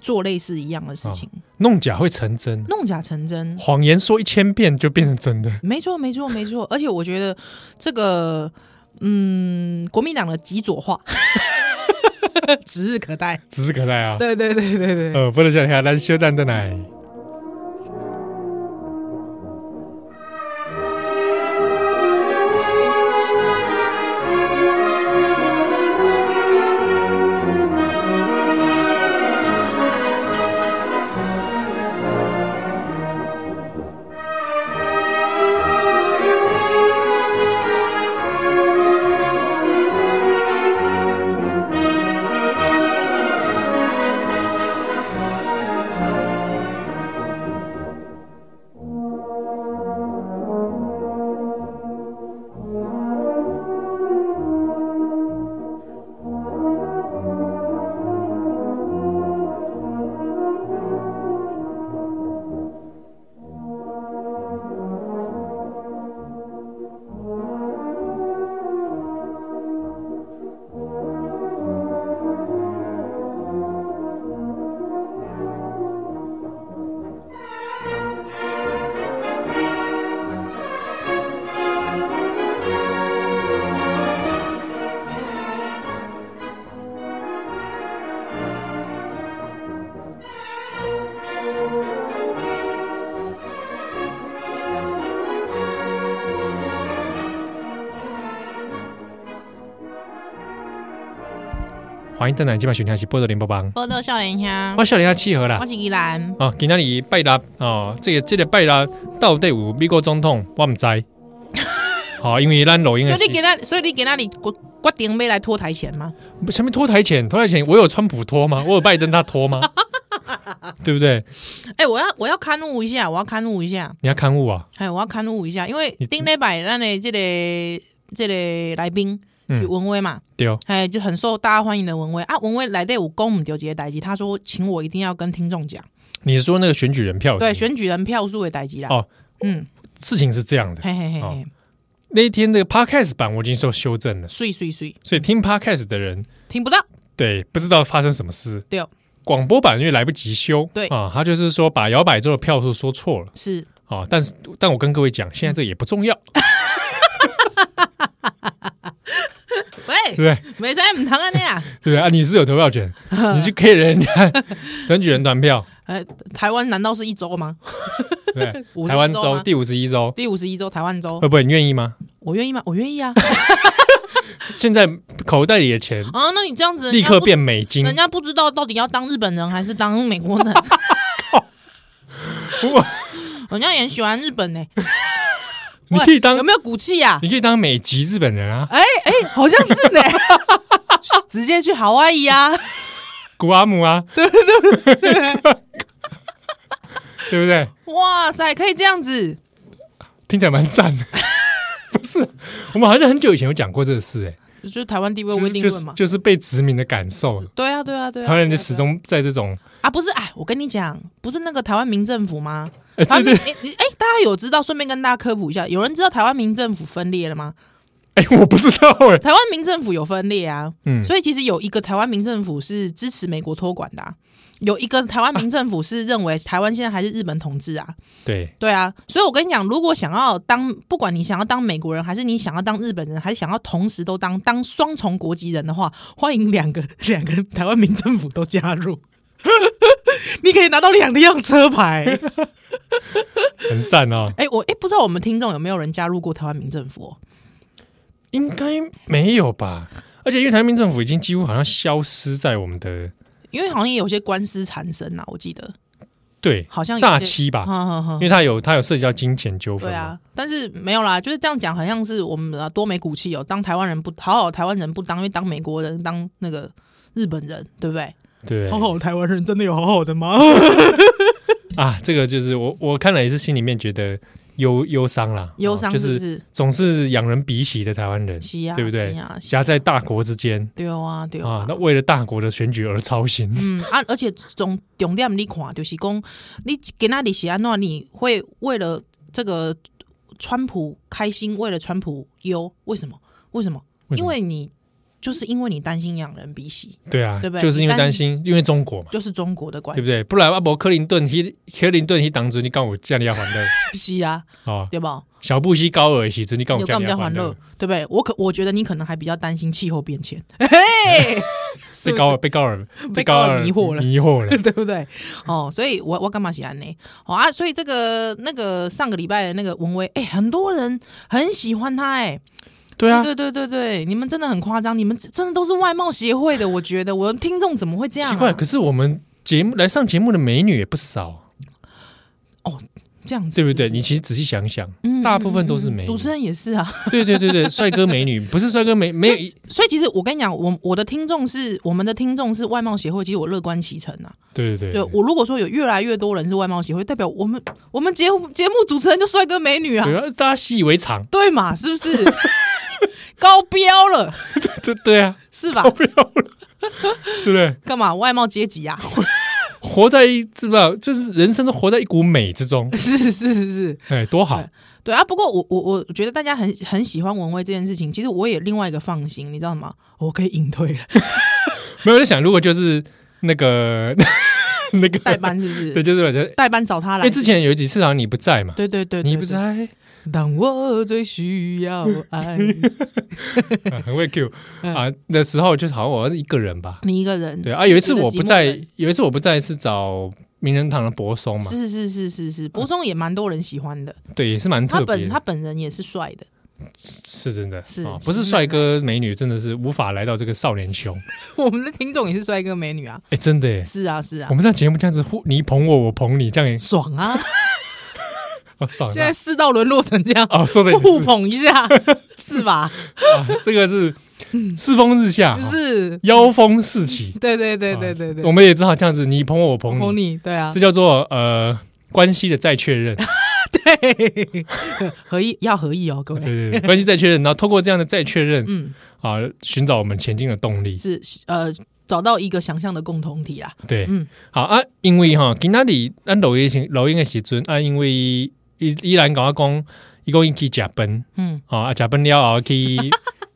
Speaker 1: 做类似一样的
Speaker 2: 哦
Speaker 1: 事情，
Speaker 2: 弄假会成真，
Speaker 1: 弄假成真。
Speaker 2: 谎言说一千遍就变成真的。
Speaker 1: 没错，没错，没错。而且我觉得这个，嗯，国民党的极左化 指日可待。
Speaker 2: 指日可待啊！
Speaker 1: 对对对对对。
Speaker 2: 呃，不能笑下咱小蛋蛋来。欢迎蛋蛋，今晚选听的是波多连波帮，
Speaker 1: 波豆笑人香，
Speaker 2: 我笑脸下契合啦
Speaker 1: 我。是依兰。
Speaker 2: 啊，今天你拜啦哦，这个这个拜啦到底有美国总统，我唔知。好，因为咱录音
Speaker 1: 所
Speaker 2: 的
Speaker 1: 以你给
Speaker 2: 是，
Speaker 1: 那，所以你给那里决决定没来拖台前吗？
Speaker 2: 前面脱台前，脱台前，我有川普脱吗？我有拜登他脱吗？ 对不对？
Speaker 1: 哎、我要我要刊物一下，我要刊物一下。
Speaker 2: 你要刊物啊，
Speaker 1: 哎，我要刊物一下，因为
Speaker 2: 你
Speaker 1: 顶礼拜咱的这个这个来宾
Speaker 2: 嗯
Speaker 1: 是文威嘛，
Speaker 2: 对哦，
Speaker 1: 哎、就很受大家欢迎的文威啊。文威来对我公母丢几个代机，他说请我一定要跟听众讲，
Speaker 2: 你是说那个选举人票？
Speaker 1: 对选举人票数的代机啦。
Speaker 2: 哦
Speaker 1: 嗯，
Speaker 2: 事情是这样的，
Speaker 1: 嘿嘿嘿
Speaker 2: 哦
Speaker 1: 嘿，
Speaker 2: 那一天那个 podcast 版我已经受修正了，
Speaker 1: 碎碎碎，
Speaker 2: 所以听 podcast 的人
Speaker 1: 听不到。
Speaker 2: 对不知道发生什么事。
Speaker 1: 对哦，
Speaker 2: 广播版因为来不及修，
Speaker 1: 对
Speaker 2: 啊，他就是说把摇摆州的票数说错了
Speaker 1: 是
Speaker 2: 啊，但是但我跟各位讲，现在这也 不重要， 对不
Speaker 1: 喂，
Speaker 2: 对？
Speaker 1: 没在唔谈安尼啦。
Speaker 2: 对不对啊？你是有投票 权，你去 K 人家 选举人团票，
Speaker 1: 呃，台湾难道是一周吗？
Speaker 2: 对不对？
Speaker 1: 五十
Speaker 2: 台湾
Speaker 1: 一州
Speaker 2: 州
Speaker 1: 吗？哦
Speaker 2: 第五十一州，
Speaker 1: 第五十一周台湾州
Speaker 2: 会，不会你愿意吗？
Speaker 1: 我愿意吗？我愿 意啊。
Speaker 2: 现在口袋里的钱
Speaker 1: 啊，那你这样子人家
Speaker 2: 立刻
Speaker 1: 不
Speaker 2: 变美金，
Speaker 1: 人家不知道到底要当日本人还是当美国 人。人家也很喜欢日本呢、
Speaker 2: 你可以
Speaker 1: 有
Speaker 2: 当
Speaker 1: 没有骨气呀、啊？
Speaker 2: 你可以当美籍日本人啊，
Speaker 1: 哎哎、好像是呢、 直接去好阿姨啊！
Speaker 2: 古阿姆啊， 对对对，不对？
Speaker 1: 哇塞，可以这样子，
Speaker 2: 听起来蛮赞的，不是？我们好像很久以前有讲过这个事，哎，
Speaker 1: 就是台湾地位
Speaker 2: 就
Speaker 1: 未
Speaker 2: 是
Speaker 1: 定
Speaker 2: 就
Speaker 1: 论
Speaker 2: 是
Speaker 1: 嘛。
Speaker 2: 就是被殖民的感受了。
Speaker 1: 对啊，对啊，对啊。
Speaker 2: 台湾人
Speaker 1: 对
Speaker 2: 就
Speaker 1: 啊
Speaker 2: 始
Speaker 1: 对啊
Speaker 2: 终在这种，
Speaker 1: 啊，不是哎，我跟你讲，不是那个台湾民政府吗？
Speaker 2: 哎
Speaker 1: 台
Speaker 2: 对
Speaker 1: 湾民
Speaker 2: 对，
Speaker 1: 哎你哎，大家有知道？顺便跟大家科普一下，有人知道台湾民政府分裂了吗？
Speaker 2: 哎，我不知道哎，
Speaker 1: 台湾民政府有分裂啊，
Speaker 2: 嗯
Speaker 1: 所以其实有一个台湾民政府是支持美国托管的、啊，有一个台湾民政府是认为台湾现在还是日本统治啊，
Speaker 2: 对，
Speaker 1: 对啊，所以我跟你讲，如果想要当，不管你想要当美国人，还是你想要当日本人，还是想要同时都当当双重国籍人的话，欢迎两个 两个台湾民政府都加入，你可以拿到两辆车牌。
Speaker 2: 很赞哦。
Speaker 1: 哎、我哎、不知道我们听众有没有人加入过台湾民政府、哦？
Speaker 2: 应该没有吧？而且因为台湾民政府已经几乎好像消失在我们的
Speaker 1: 因为好像也有些官司缠身啊，我记得
Speaker 2: 对
Speaker 1: 好像有
Speaker 2: 诈
Speaker 1: 些
Speaker 2: 欺吧，
Speaker 1: 哈哈哈
Speaker 2: 因为它有它有涉及到金钱纠纷
Speaker 1: 对
Speaker 2: 嘛，
Speaker 1: 啊，但是没有啦，就是这样讲，好像是我们啊多没骨气哦、当台湾人不好好台湾人不当，因为当美国人当那个日本人，对不对？
Speaker 2: 对
Speaker 1: 好好的台湾人真的有好好的吗？
Speaker 2: 啊，这个就是我我看了也是心里面觉得忧忧伤啦，
Speaker 1: 忧
Speaker 2: 哦
Speaker 1: 伤
Speaker 2: 就是
Speaker 1: 不是？
Speaker 2: 总是仰人鼻息的台湾人，
Speaker 1: 是啊
Speaker 2: 对不对
Speaker 1: 是啊？是啊
Speaker 2: 夹在大国之间
Speaker 1: 对啊，对
Speaker 2: 啊
Speaker 1: 啊，。
Speaker 2: 那为了大国的选举而操心，
Speaker 1: 嗯啊，而且重重点你看，就是讲你给那里写安诺，你会为了这个川普开心，为了川普忧，为什么？为什么？
Speaker 2: 为什
Speaker 1: 因
Speaker 2: 么
Speaker 1: 为你就是因为你担心仰人鼻息，
Speaker 2: 对啊，
Speaker 1: 对不对
Speaker 2: 就是因为
Speaker 1: 你担
Speaker 2: 担心，因为中国嘛，
Speaker 1: 就是中国的关系，
Speaker 2: 对不对？不然阿伯克林顿，克克林顿，他当初你讲我这样要还乐
Speaker 1: 是啊，
Speaker 2: 哦，
Speaker 1: 对吧？
Speaker 2: 小布希高尔的时阵，你讲我
Speaker 1: 有
Speaker 2: 这
Speaker 1: 干
Speaker 2: 样
Speaker 1: 比较
Speaker 2: 要
Speaker 1: 欢
Speaker 2: 还
Speaker 1: 乐
Speaker 2: 乐，，
Speaker 1: 对不对？我可我觉得你可能还比较担心气候变迁，嘿，
Speaker 2: 被高尔被高尔
Speaker 1: 被高尔迷惑了
Speaker 2: 迷惑了。
Speaker 1: 对不对？哦，所以我我干嘛喜欢呢？哦啊，所以这个那个上个礼拜的那个文威，哎，很多人很喜欢他，哎，
Speaker 2: 对啊，
Speaker 1: 对对对对，你们真的很夸张，你们真的都是外貌协会的，我觉得我的听众怎么会这样啊、
Speaker 2: 奇怪，可是我们节目来上节目的美女也不少，
Speaker 1: 这样子
Speaker 2: 对不对？
Speaker 1: 是
Speaker 2: 你其实仔细想想
Speaker 1: 嗯，
Speaker 2: 大部分都是美
Speaker 1: 是
Speaker 2: 女
Speaker 1: 主。持人也是啊，
Speaker 2: 对对对 对，帅哥美女不是帅 哥美没有一
Speaker 1: 所以其实我跟你讲，我我的听众是我们的听众是外貌协会，其实我乐观其成啊。
Speaker 2: 对对
Speaker 1: 对我如果说有越来越多人是外貌协会，代表我们我们节目节目主持人就帅哥美女啊，
Speaker 2: 对啊，大家习以为常，
Speaker 1: 对嘛？是不是 高标了？
Speaker 2: 对对啊，
Speaker 1: 是吧
Speaker 2: 我？不要了， 对不对？
Speaker 1: 干嘛外貌阶级 啊？，
Speaker 2: 活在一知不知道，就是人生都活在一股美之中
Speaker 1: 是是是是，
Speaker 2: 哎，多好！
Speaker 1: 对啊。不过我我我觉得大家很很喜欢文威这件事情，其实我也另外一个放心，你知道吗？我可以隐退了，
Speaker 2: 没有我在想，如果就是那 个那个
Speaker 1: 代， 班是不
Speaker 2: 对，
Speaker 1: 是？
Speaker 2: 就是我觉得，
Speaker 1: 代班找他
Speaker 2: 因
Speaker 1: 来
Speaker 2: 为。之前有几次好像你不在嘛，
Speaker 1: 对对对，对
Speaker 2: 你不。在，
Speaker 1: 对当我最需要爱，
Speaker 2: 啊很会 Q
Speaker 1: 嗯
Speaker 2: 啊的时候，就好像我是一个人吧，
Speaker 1: 你一个人，
Speaker 2: 对啊，有一次我
Speaker 1: 觉得
Speaker 2: 不
Speaker 1: 寂
Speaker 2: 在
Speaker 1: 寞，
Speaker 2: 有一次我不在是找名人堂的柏松嘛，
Speaker 1: 是是是是是，柏松也蛮多人喜欢的，
Speaker 2: 对，也是蛮
Speaker 1: 他
Speaker 2: 特别
Speaker 1: 本他
Speaker 2: 的，
Speaker 1: 本人也是帅的，
Speaker 2: 是真的，
Speaker 1: 是
Speaker 2: 啊
Speaker 1: 是
Speaker 2: 不是帅哥美女真的是无法来到这个少年兄，
Speaker 1: 我们的听众也是帅哥美女啊，
Speaker 2: 哎，真的耶，
Speaker 1: 是啊是啊
Speaker 2: 我，们在节目这样子互你捧我，我捧你，这样也
Speaker 1: 爽啊！
Speaker 2: 哦爽 啊，
Speaker 1: 现在世道沦落成这 样，
Speaker 2: 哦说的也
Speaker 1: 互
Speaker 2: 是，
Speaker 1: 捧一 下是吧？
Speaker 2: 啊这个是世风日下，哦
Speaker 1: 嗯是，
Speaker 2: 妖风四起，
Speaker 1: 对对对
Speaker 2: 啊
Speaker 1: 对对对，
Speaker 2: 我们也只好这样子，你捧我，我捧
Speaker 1: 捧
Speaker 2: 你，
Speaker 1: 你，对啊
Speaker 2: 这，叫做呃关系的再确认，
Speaker 1: 对，合意要合意哦，各位，
Speaker 2: 对对对，关系再确认，然后通过这样的再确认
Speaker 1: 嗯，
Speaker 2: 啊，寻找我们前进的动力。
Speaker 1: 是呃，找到一个想象的共同体啦，
Speaker 2: 对，
Speaker 1: 嗯
Speaker 2: 好啊，因为哈，今仔日咱录音时录音的时阵啊，因为伊依然跟我讲，伊讲伊去食饭
Speaker 1: 嗯，
Speaker 2: 哦啊，食饭了 后去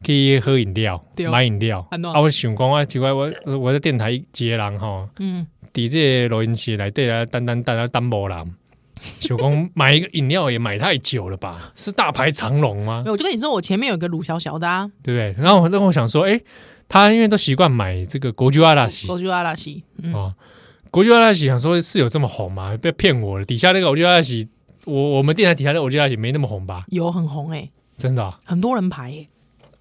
Speaker 2: 去喝饮料，
Speaker 1: 对
Speaker 2: 买饮料
Speaker 1: 安怎
Speaker 2: 啊，我想讲啊，奇怪，我我在电台一个人吼，
Speaker 1: 嗯，
Speaker 2: 伫这个录音室内底啊，单单单啊单无人。想讲买一个饮料也买太久了 吧？是大排长龙吗
Speaker 1: 没？有我就跟你说，我前面有一个鲁小小的啊，
Speaker 2: 对不对？然后我，然后我想说，哎、他因为都习惯买这个国酒阿拉西，
Speaker 1: 我就阿拉西，嗯，
Speaker 2: 哦，国际阿拉喜想说是有这么红吗？被骗我了。底下那个国际阿拉喜，我我们电台底下的国际阿拉喜没那么红吧？
Speaker 1: 有很红哎，
Speaker 2: 真的啊、
Speaker 1: 很多人排哎，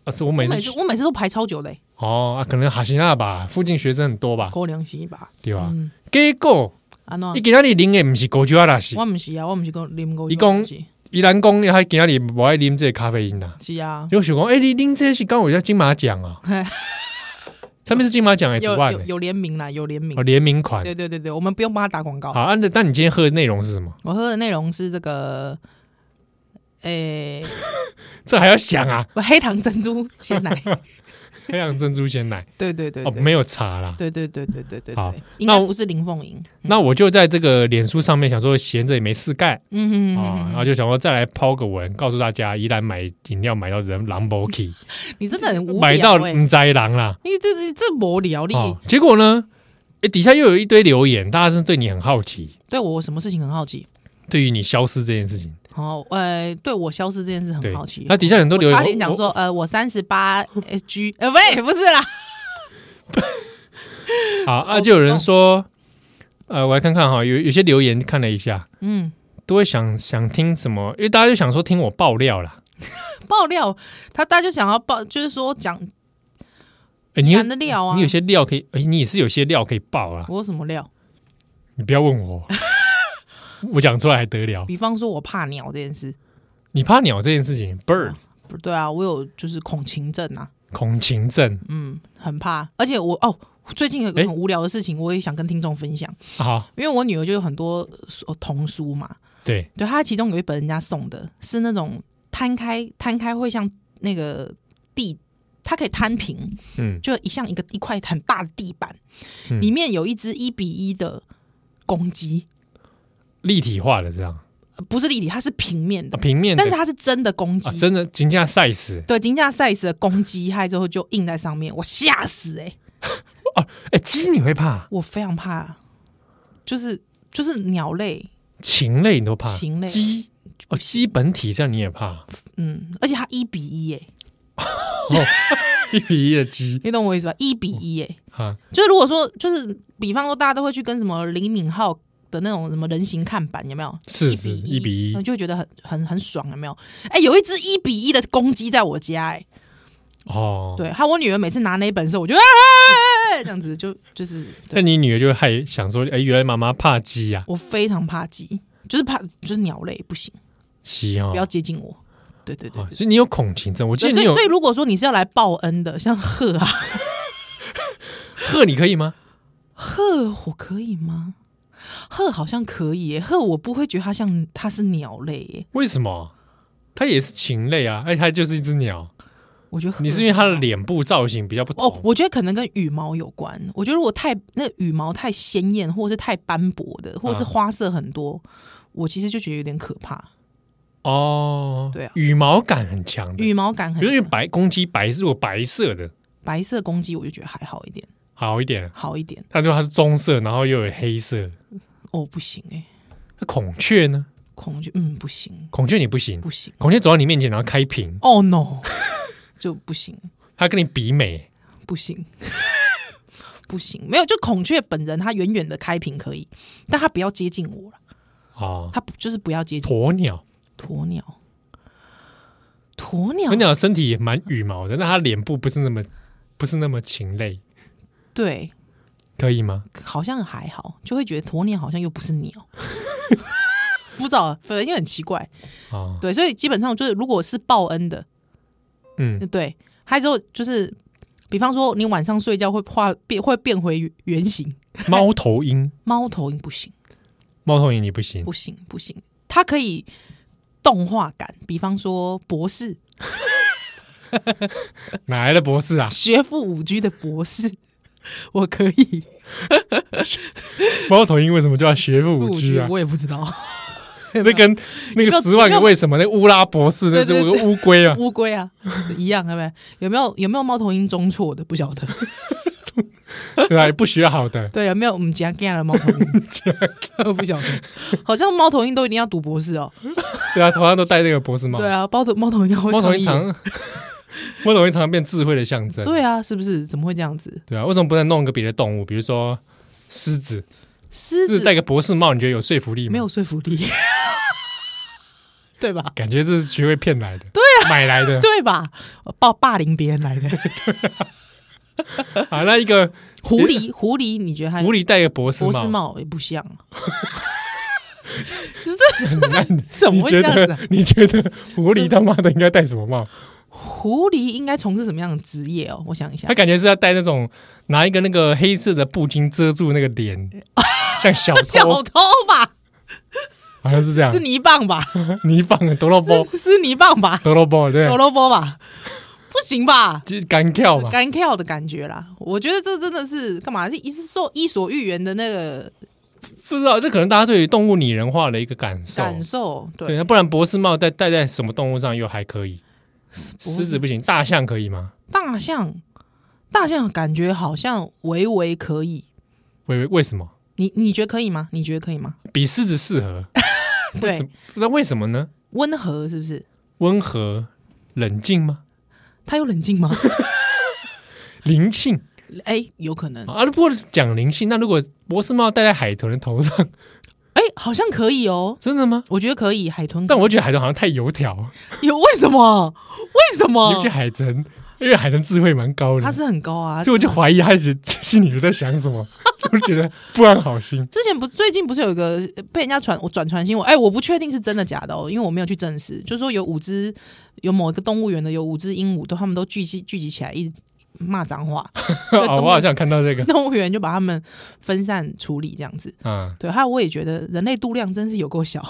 Speaker 2: 啊是我
Speaker 1: 我
Speaker 2: 每次
Speaker 1: 每
Speaker 2: 去
Speaker 1: 次我每次都排超久的欸，
Speaker 2: 哦、啊，可能哈西那吧，附近学生很多吧，
Speaker 1: 高粱西吧，
Speaker 2: 啊对啊吧？
Speaker 1: 嗯，啊
Speaker 2: 结果
Speaker 1: 安诺
Speaker 2: 伊。今仔日啉的不是国际阿拉喜，
Speaker 1: 我毋是啊，我毋是讲啉过。
Speaker 2: 伊讲
Speaker 1: 是
Speaker 2: 伊兰讲他今仔日无爱啉这个咖啡因啦。
Speaker 1: 是啊，
Speaker 2: 就想讲，哎、你啉这是刚我叫金马 奖啊，上面是金马奖哎，图
Speaker 1: 有
Speaker 2: 案
Speaker 1: 有
Speaker 2: 哎，
Speaker 1: 有联名啦，有联名
Speaker 2: 哦，。联名款。
Speaker 1: 对对对对，我们不用帮他打广告
Speaker 2: 好，。啊，那但你今天喝的内容是什么？
Speaker 1: 我喝的内容是这个，诶、
Speaker 2: 这还要想啊？
Speaker 1: 黑糖珍珠鲜奶，
Speaker 2: 黑糖珍珠鲜奶
Speaker 1: 对对对
Speaker 2: 哦，
Speaker 1: 对
Speaker 2: 没有查啦。
Speaker 1: 对对对对对对
Speaker 2: 好
Speaker 1: 对，应
Speaker 2: 那
Speaker 1: 该
Speaker 2: 我
Speaker 1: 不是林凤营。
Speaker 2: 嗯那我就在这个脸书上面想说，闲着也没事干
Speaker 1: 嗯嗯
Speaker 2: 啊、
Speaker 1: 嗯
Speaker 2: 然后就想说再来抛个文，告诉大家宜兰买饮料买到人狼 b o k y
Speaker 1: 嗯，你真的很无欸
Speaker 2: 买到
Speaker 1: 聊欸
Speaker 2: 唔栽狼啦
Speaker 1: 你这这这无聊，你
Speaker 2: 哦。结果呢，诶底下又有一堆留言，大家是对你很好奇，
Speaker 1: 对我什么事情很好奇。
Speaker 2: 对于你消失这件事情，
Speaker 1: 哦，呃，对我消失这件事很
Speaker 2: 对
Speaker 1: 好奇。
Speaker 2: 那底下很多留
Speaker 1: 我
Speaker 2: 言，
Speaker 1: 差点讲
Speaker 2: 我
Speaker 1: 说，呃，我三十八 SG，呃，喂，不是啦，
Speaker 2: 好啊，
Speaker 1: 超
Speaker 2: 就有人
Speaker 1: 动
Speaker 2: 说，呃，我来看看哈，有有些留言看了一下，
Speaker 1: 嗯，
Speaker 2: 都会想想听什么，因为大家就想说听我爆料啦。
Speaker 1: 爆料，他大家就想要爆，就是说讲
Speaker 2: 哎，你有
Speaker 1: 男的料啊
Speaker 2: 你有些料可以，哎，你也是有些料可以爆啦。
Speaker 1: 我有什么料，
Speaker 2: 你不要问我， 我讲出来还得了？
Speaker 1: 比方说我怕鸟这件事，
Speaker 2: 你怕鸟这件事情，bird
Speaker 1: 不对啊，我有就是恐禽症啊，
Speaker 2: 恐禽症，
Speaker 1: 嗯，很怕，而且我哦，最近有个
Speaker 2: 诶
Speaker 1: 很无聊的事情，我也想跟听众分享，
Speaker 2: 好，
Speaker 1: 因为我女儿就有很多呃童书嘛，
Speaker 2: 对，
Speaker 1: 对，它其中有一本人家送的，是那种摊开摊开会像那个地，它可以摊平，
Speaker 2: 嗯，
Speaker 1: 就像一个一块很大的地板，
Speaker 2: 嗯
Speaker 1: 里面有一只一比一的公鸡，
Speaker 2: 立体化的这样，
Speaker 1: 呃不是立体，它是平面
Speaker 2: 啊
Speaker 1: 的，
Speaker 2: 平面的，
Speaker 1: 但是它是真的公鸡。
Speaker 2: 啊，真的金价 size，
Speaker 1: 对，金价 size 的公鸡，害之后就印在上面，我吓死哎、欸！
Speaker 2: 哎，鸡你会怕，
Speaker 1: 我非常怕，就是就是鸟类，
Speaker 2: 禽类你都怕，
Speaker 1: 禽类
Speaker 2: 鸡哦，鸡本体这样你也怕，
Speaker 1: 嗯，而且它一比一哎、
Speaker 2: 一比一的鸡
Speaker 1: 你懂我意思吧？一比一哎、
Speaker 2: 啊，
Speaker 1: 就是如果说，就是比方说，大家都会去跟什么李敏镐的那种什么人形看板，有没有？
Speaker 2: 是
Speaker 1: 比
Speaker 2: 是一比一
Speaker 1: 嗯就会觉得很很很爽，有没有？哎、有一只一比一的公鸡在我家、哎，
Speaker 2: 哦，
Speaker 1: 对，还有我女儿每次拿那一本的时候，我就啊，这样子就就是，
Speaker 2: 那
Speaker 1: 对
Speaker 2: 你女儿就会害想说，哎，原来妈妈怕鸡啊，
Speaker 1: 我非常怕鸡，就是怕就是鸟类，不行，
Speaker 2: 鸡哦
Speaker 1: 不要接近我。对对对
Speaker 2: 哦
Speaker 1: 对。
Speaker 2: 所以你有恐禽症，我记
Speaker 1: 对
Speaker 2: 得
Speaker 1: 所
Speaker 2: 你
Speaker 1: 以，
Speaker 2: 有
Speaker 1: 所以如果说你是要来报恩的，像鹤啊，
Speaker 2: 鹤，你可以吗？
Speaker 1: 鹤我可以吗？鹤好像可以耶、鹤我不会觉得它像它是鸟类耶、
Speaker 2: 为什么？它也是禽类啊，而且它就是一只鸟。
Speaker 1: 我觉得鹤
Speaker 2: 你是因为它的脸部造型比较不
Speaker 1: 哦，
Speaker 2: 同，
Speaker 1: 我觉得可能跟羽毛有关。我觉得如果太那个羽毛太鲜艳，或者是太斑驳的，或者是
Speaker 2: 啊
Speaker 1: 花色很多，我其实就觉得有点可怕。
Speaker 2: 哦，
Speaker 1: 对啊
Speaker 2: 羽毛感很强的，
Speaker 1: 羽毛感
Speaker 2: 比如因为
Speaker 1: 很
Speaker 2: 白公鸡白如果白色的
Speaker 1: 白色公鸡，我就觉得还好一点，
Speaker 2: 好一点，
Speaker 1: 好一点。
Speaker 2: 它就它是棕色，然后又有黑色。
Speaker 1: 哦，不行哎、
Speaker 2: 那孔雀呢？
Speaker 1: 恐惧，嗯，不行，
Speaker 2: 孔雀你不行，
Speaker 1: 不行。
Speaker 2: 孔雀走到你面前然后开屏，
Speaker 1: 哦、no，就 不行，
Speaker 2: 它跟你比美，
Speaker 1: 不行， 不行。没有，就孔雀本人，它远远的开屏可以，但它不要接近我了。
Speaker 2: 哦，
Speaker 1: 它不就是不要接近
Speaker 2: 鸵鸟，
Speaker 1: 鸵鸟。鸵鸟
Speaker 2: 鸵鸟身体也蛮羽毛的，那它脸部不是那么不是那么禽类，
Speaker 1: 对，
Speaker 2: 可以吗？
Speaker 1: 好像还好，就会觉得鸵鸟好像又不是鸟， 不知道，反正很奇怪。
Speaker 2: 哦，
Speaker 1: 对，所以基本上就是，如果是报恩的，
Speaker 2: 嗯，
Speaker 1: 对，还有之后就是，比方说你晚上睡觉会化变，会变回原形，
Speaker 2: 猫头鹰，
Speaker 1: 猫头鹰不行，
Speaker 2: 猫头鹰你不行
Speaker 1: 不行，不行，它可以动画感，比方说博士
Speaker 2: 哪来的博士啊？
Speaker 1: 学富五居的博士， 我可以
Speaker 2: 猫头鹰为什么就要学富五居啊？
Speaker 1: 我也不知道，
Speaker 2: 这跟 那个十万个为什么那个乌拉博士
Speaker 1: 对
Speaker 2: 那是
Speaker 1: 对
Speaker 2: 个乌龟啊，
Speaker 1: 乌龟啊 一样，对不对？有没有有没有猫头鹰中错的？不晓得。
Speaker 2: 对吧？不学好的，
Speaker 1: 对，有没有我们家干的猫头鹰？ 我不晓得，好像猫头鹰都一定要读博士哦。
Speaker 2: 对啊，头上都戴那个博士帽
Speaker 1: 对，啊，猫头猫头鹰会
Speaker 2: 猫头鹰
Speaker 1: 抗议
Speaker 2: 常 猫头鹰常变智慧的象征，
Speaker 1: 对啊，是不是？怎么会这样子？
Speaker 2: 对啊，为什么不能弄个别的动物，比如说狮子，
Speaker 1: 狮
Speaker 2: 狮子
Speaker 1: 子
Speaker 2: 戴个博士帽，你觉得有说服力吗？
Speaker 1: 没有，说服 力，对吧？
Speaker 2: 感觉这是学会骗来的，对啊，买来 的
Speaker 1: 对吧？霸霸凌别人来 的
Speaker 2: 啊。那一个
Speaker 1: 狐狸，狐狸，你觉得它
Speaker 2: 狐狸戴个博士
Speaker 1: 博士
Speaker 2: 帽，
Speaker 1: 帽也不像？这
Speaker 2: 那 你
Speaker 1: 怎
Speaker 2: 你
Speaker 1: 么会
Speaker 2: 觉
Speaker 1: 这样子
Speaker 2: 得
Speaker 1: 啊？
Speaker 2: 你觉得狐狸他妈的应该戴什么 帽？
Speaker 1: 狐狸应该从事什么样的职业哦？我想一下
Speaker 2: 他，感觉是要戴那种拿一个那个黑色的布巾遮住那 个脸，像小
Speaker 1: 小
Speaker 2: 偷，
Speaker 1: 偷吧，
Speaker 2: 好像是这样
Speaker 1: 是。泥棒吧，
Speaker 2: 泥棒的哆啦 A
Speaker 1: 是是泥棒吧？
Speaker 2: 哆啦 A 哦对
Speaker 1: 胡，萝卜吧。不行吧？
Speaker 2: 就是干跳嘛。
Speaker 1: 干跳的感觉啦，我觉得这真的是干嘛？是一直受伊索寓言的那个
Speaker 2: 不知道这可能大家对于动物拟人化的一个感受。
Speaker 1: 感受，对，
Speaker 2: 对，那不然博士帽戴戴在什么动物上又还可以？
Speaker 1: 士
Speaker 2: 狮子不行，大象可以吗？
Speaker 1: 大象，大象感觉好像微微可以，
Speaker 2: 为为什么？
Speaker 1: 你你觉得可以吗？你觉得可以吗？
Speaker 2: 比狮子适合？ 为
Speaker 1: 对
Speaker 2: 什么，不知道为什么呢？
Speaker 1: 温和是不是？
Speaker 2: 温和、冷静吗？
Speaker 1: 它有冷静 吗？
Speaker 2: 灵性
Speaker 1: 哎、有可能，
Speaker 2: 啊！不过讲灵性，那如果博士帽戴在海豚的头上，
Speaker 1: 哎、好像可以哦，
Speaker 2: 真的吗？
Speaker 1: 我觉得可以。海豚可以，
Speaker 2: 但我觉得海豚好像太油条，
Speaker 1: 有为什么？为什
Speaker 2: 尤其
Speaker 1: 么？
Speaker 2: 海豚，因为海豚智慧蛮高的
Speaker 1: 哦它，是很高啊
Speaker 2: 所以。我就怀疑他是 心里在 想什么，就觉得不安好心。
Speaker 1: 之前不是最近不是有一个呃被人家传我转传新闻，哎、我不确定是真的假的哦，因为我没有去证实。就是说有五只有某一个动物园的有五只鹦鹉，都他们都聚集聚集起来一直骂脏话，所以
Speaker 2: 哦，
Speaker 1: 动物
Speaker 2: 我好像看到这 个
Speaker 1: 动物园就把他们分散处理这样子。
Speaker 2: 啊，
Speaker 1: 对，还有我也觉得人类度量真是有够小，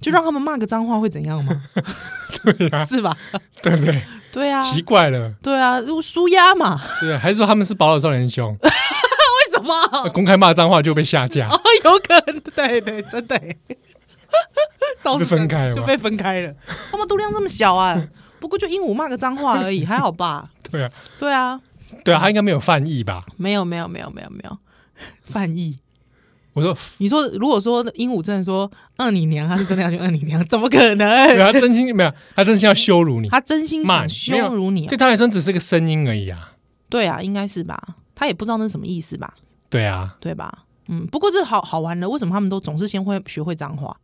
Speaker 1: 就让他们骂个脏话会怎样吗？
Speaker 2: 对啊，
Speaker 1: 是吧？
Speaker 2: 对不对？
Speaker 1: 对啊，
Speaker 2: 奇怪了，
Speaker 1: 对啊，如舒压嘛？
Speaker 2: 对，啊还是说他们是宝岛少年兄，啊
Speaker 1: 为什么？
Speaker 2: 公开骂脏话就被下架
Speaker 1: 哦，有可能，对对，真的耶，到
Speaker 2: 被分开了吗
Speaker 1: 就被分开了。他们度量这么小啊？不过就鹦鹉骂个脏话而已，还好吧？
Speaker 2: 对啊，
Speaker 1: 对啊，
Speaker 2: 对啊，他应该没有犯意吧？
Speaker 1: 没有没有没有没有没有翻译。
Speaker 2: 我说，
Speaker 1: 你说，如果说鹦鹉真的说“饿你娘”，他是真的要去饿你娘，怎么可
Speaker 2: 对啊
Speaker 1: 能？
Speaker 2: 他真心没有，他真心要羞辱你，
Speaker 1: 他真心
Speaker 2: 骂
Speaker 1: 想
Speaker 2: 你没有
Speaker 1: 羞辱你啊、
Speaker 2: 对他来说只是个声音而已啊。
Speaker 1: 对啊，应该是吧？他也不知道那是什么意思吧？
Speaker 2: 对啊，
Speaker 1: 对吧？嗯，不过这好好玩了，为什么他们都总是先会学会脏话？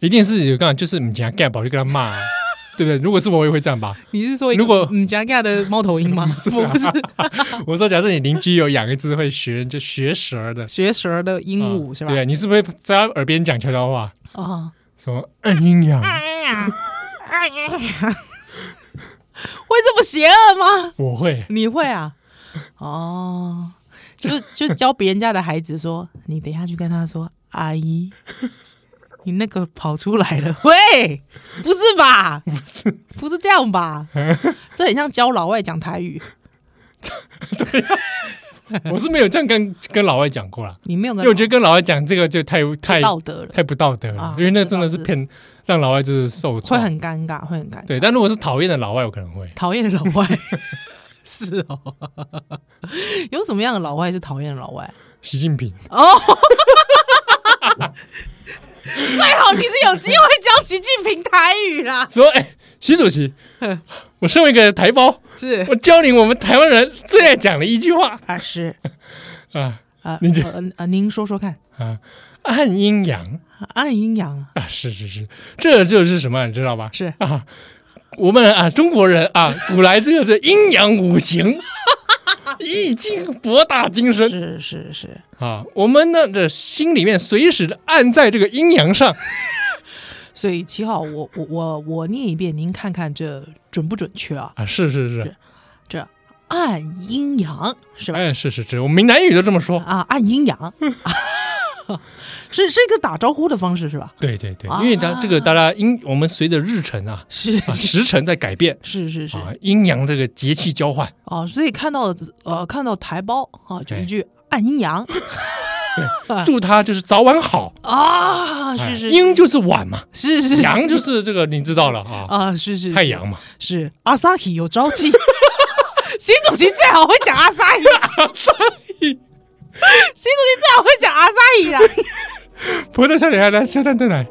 Speaker 2: 一定是有干嘛，就是你讲 gap 我就跟他骂 啊，对不对？如果是我，我也会这样吧。
Speaker 1: 你是说
Speaker 2: 一个如果
Speaker 1: 嗯加盖的猫头鹰吗？
Speaker 2: 是啊
Speaker 1: 不是
Speaker 2: 我说，假设你邻居有养一只会学就学舌的
Speaker 1: 学舌的鹦鹉、
Speaker 2: 啊
Speaker 1: 嗯是吧？
Speaker 2: 对啊，你是不是会在他耳边讲悄悄话？
Speaker 1: 啊，
Speaker 2: 什么嗯阴阳？
Speaker 1: 会这么邪恶吗？
Speaker 2: 我会，
Speaker 1: 你会啊？哦，就就教别人家的孩子说，你等一下去跟他说，阿姨，你那个跑出来了， 喂，不是吧？不是，不是这样 吧？这很像教老外讲台语，
Speaker 2: 我是没有这样跟跟老外 讲过啦，
Speaker 1: 你没有
Speaker 2: 因
Speaker 1: 跟
Speaker 2: 为我觉得跟老外讲这个就太太
Speaker 1: 道德了，
Speaker 2: 太不道德了，
Speaker 1: 啊
Speaker 2: 因为那真的是骗让老外就是受
Speaker 1: 会
Speaker 2: 创。
Speaker 1: 很尴尬，会很尴尬。
Speaker 2: 对，但如果是讨厌的老外，我可能会
Speaker 1: 讨厌老外 是哦，有什么样的老外是讨厌的老 外？
Speaker 2: 习近平。
Speaker 1: 最好你是有机会教习近平台语啦，
Speaker 2: 说：“哎、习主 席，我身为一个台胞，
Speaker 1: 是
Speaker 2: 我教你我们台湾人最爱讲的一句话
Speaker 1: 啊是
Speaker 2: 啊
Speaker 1: 啊，
Speaker 2: 你这
Speaker 1: 呃呃呃您说说看，
Speaker 2: 啊，按阴阳
Speaker 1: 啊按阴阳啊
Speaker 2: 啊，是是是，这就是什么，你知道吧？
Speaker 1: 是
Speaker 2: 啊，我们啊，中国人啊，古来这这阴阳五行， 易经博大精深
Speaker 1: 是是是，
Speaker 2: 啊，我们呢这心里面随时地按在这个阴阳上，
Speaker 1: 所以七号，我我我我念一遍，您看看这准不准确啊？
Speaker 2: 啊，是是是，
Speaker 1: 这按阴阳是吧？
Speaker 2: 哎，是是是，我们闽南语都这么说。”
Speaker 1: 啊，按阴阳。哎 是是一个打招呼的方式是吧？
Speaker 2: 对对对，
Speaker 1: 啊
Speaker 2: 因为当这个大家因我们随着日辰啊
Speaker 1: 是
Speaker 2: 啊时辰在改变，
Speaker 1: 是是是
Speaker 2: 啊，阴阳这个节气交换，
Speaker 1: 哦，所以看到呃看到台胞啊，就
Speaker 2: 对
Speaker 1: 一句按阴阳
Speaker 2: 祝他就是早晚好。
Speaker 1: 啊，
Speaker 2: 哎
Speaker 1: 是是
Speaker 2: 阴就是晚嘛，
Speaker 1: 是是是
Speaker 2: 阳就是这个你知道了啊，
Speaker 1: 啊，是是
Speaker 2: 太阳嘛。
Speaker 1: 是阿萨奇有朝气。 习主席最好会讲阿萨伊，
Speaker 2: 所以
Speaker 1: 习主席最好会讲阿萨伊啦。啊
Speaker 2: 葡萄笑脸来，下蛋再来。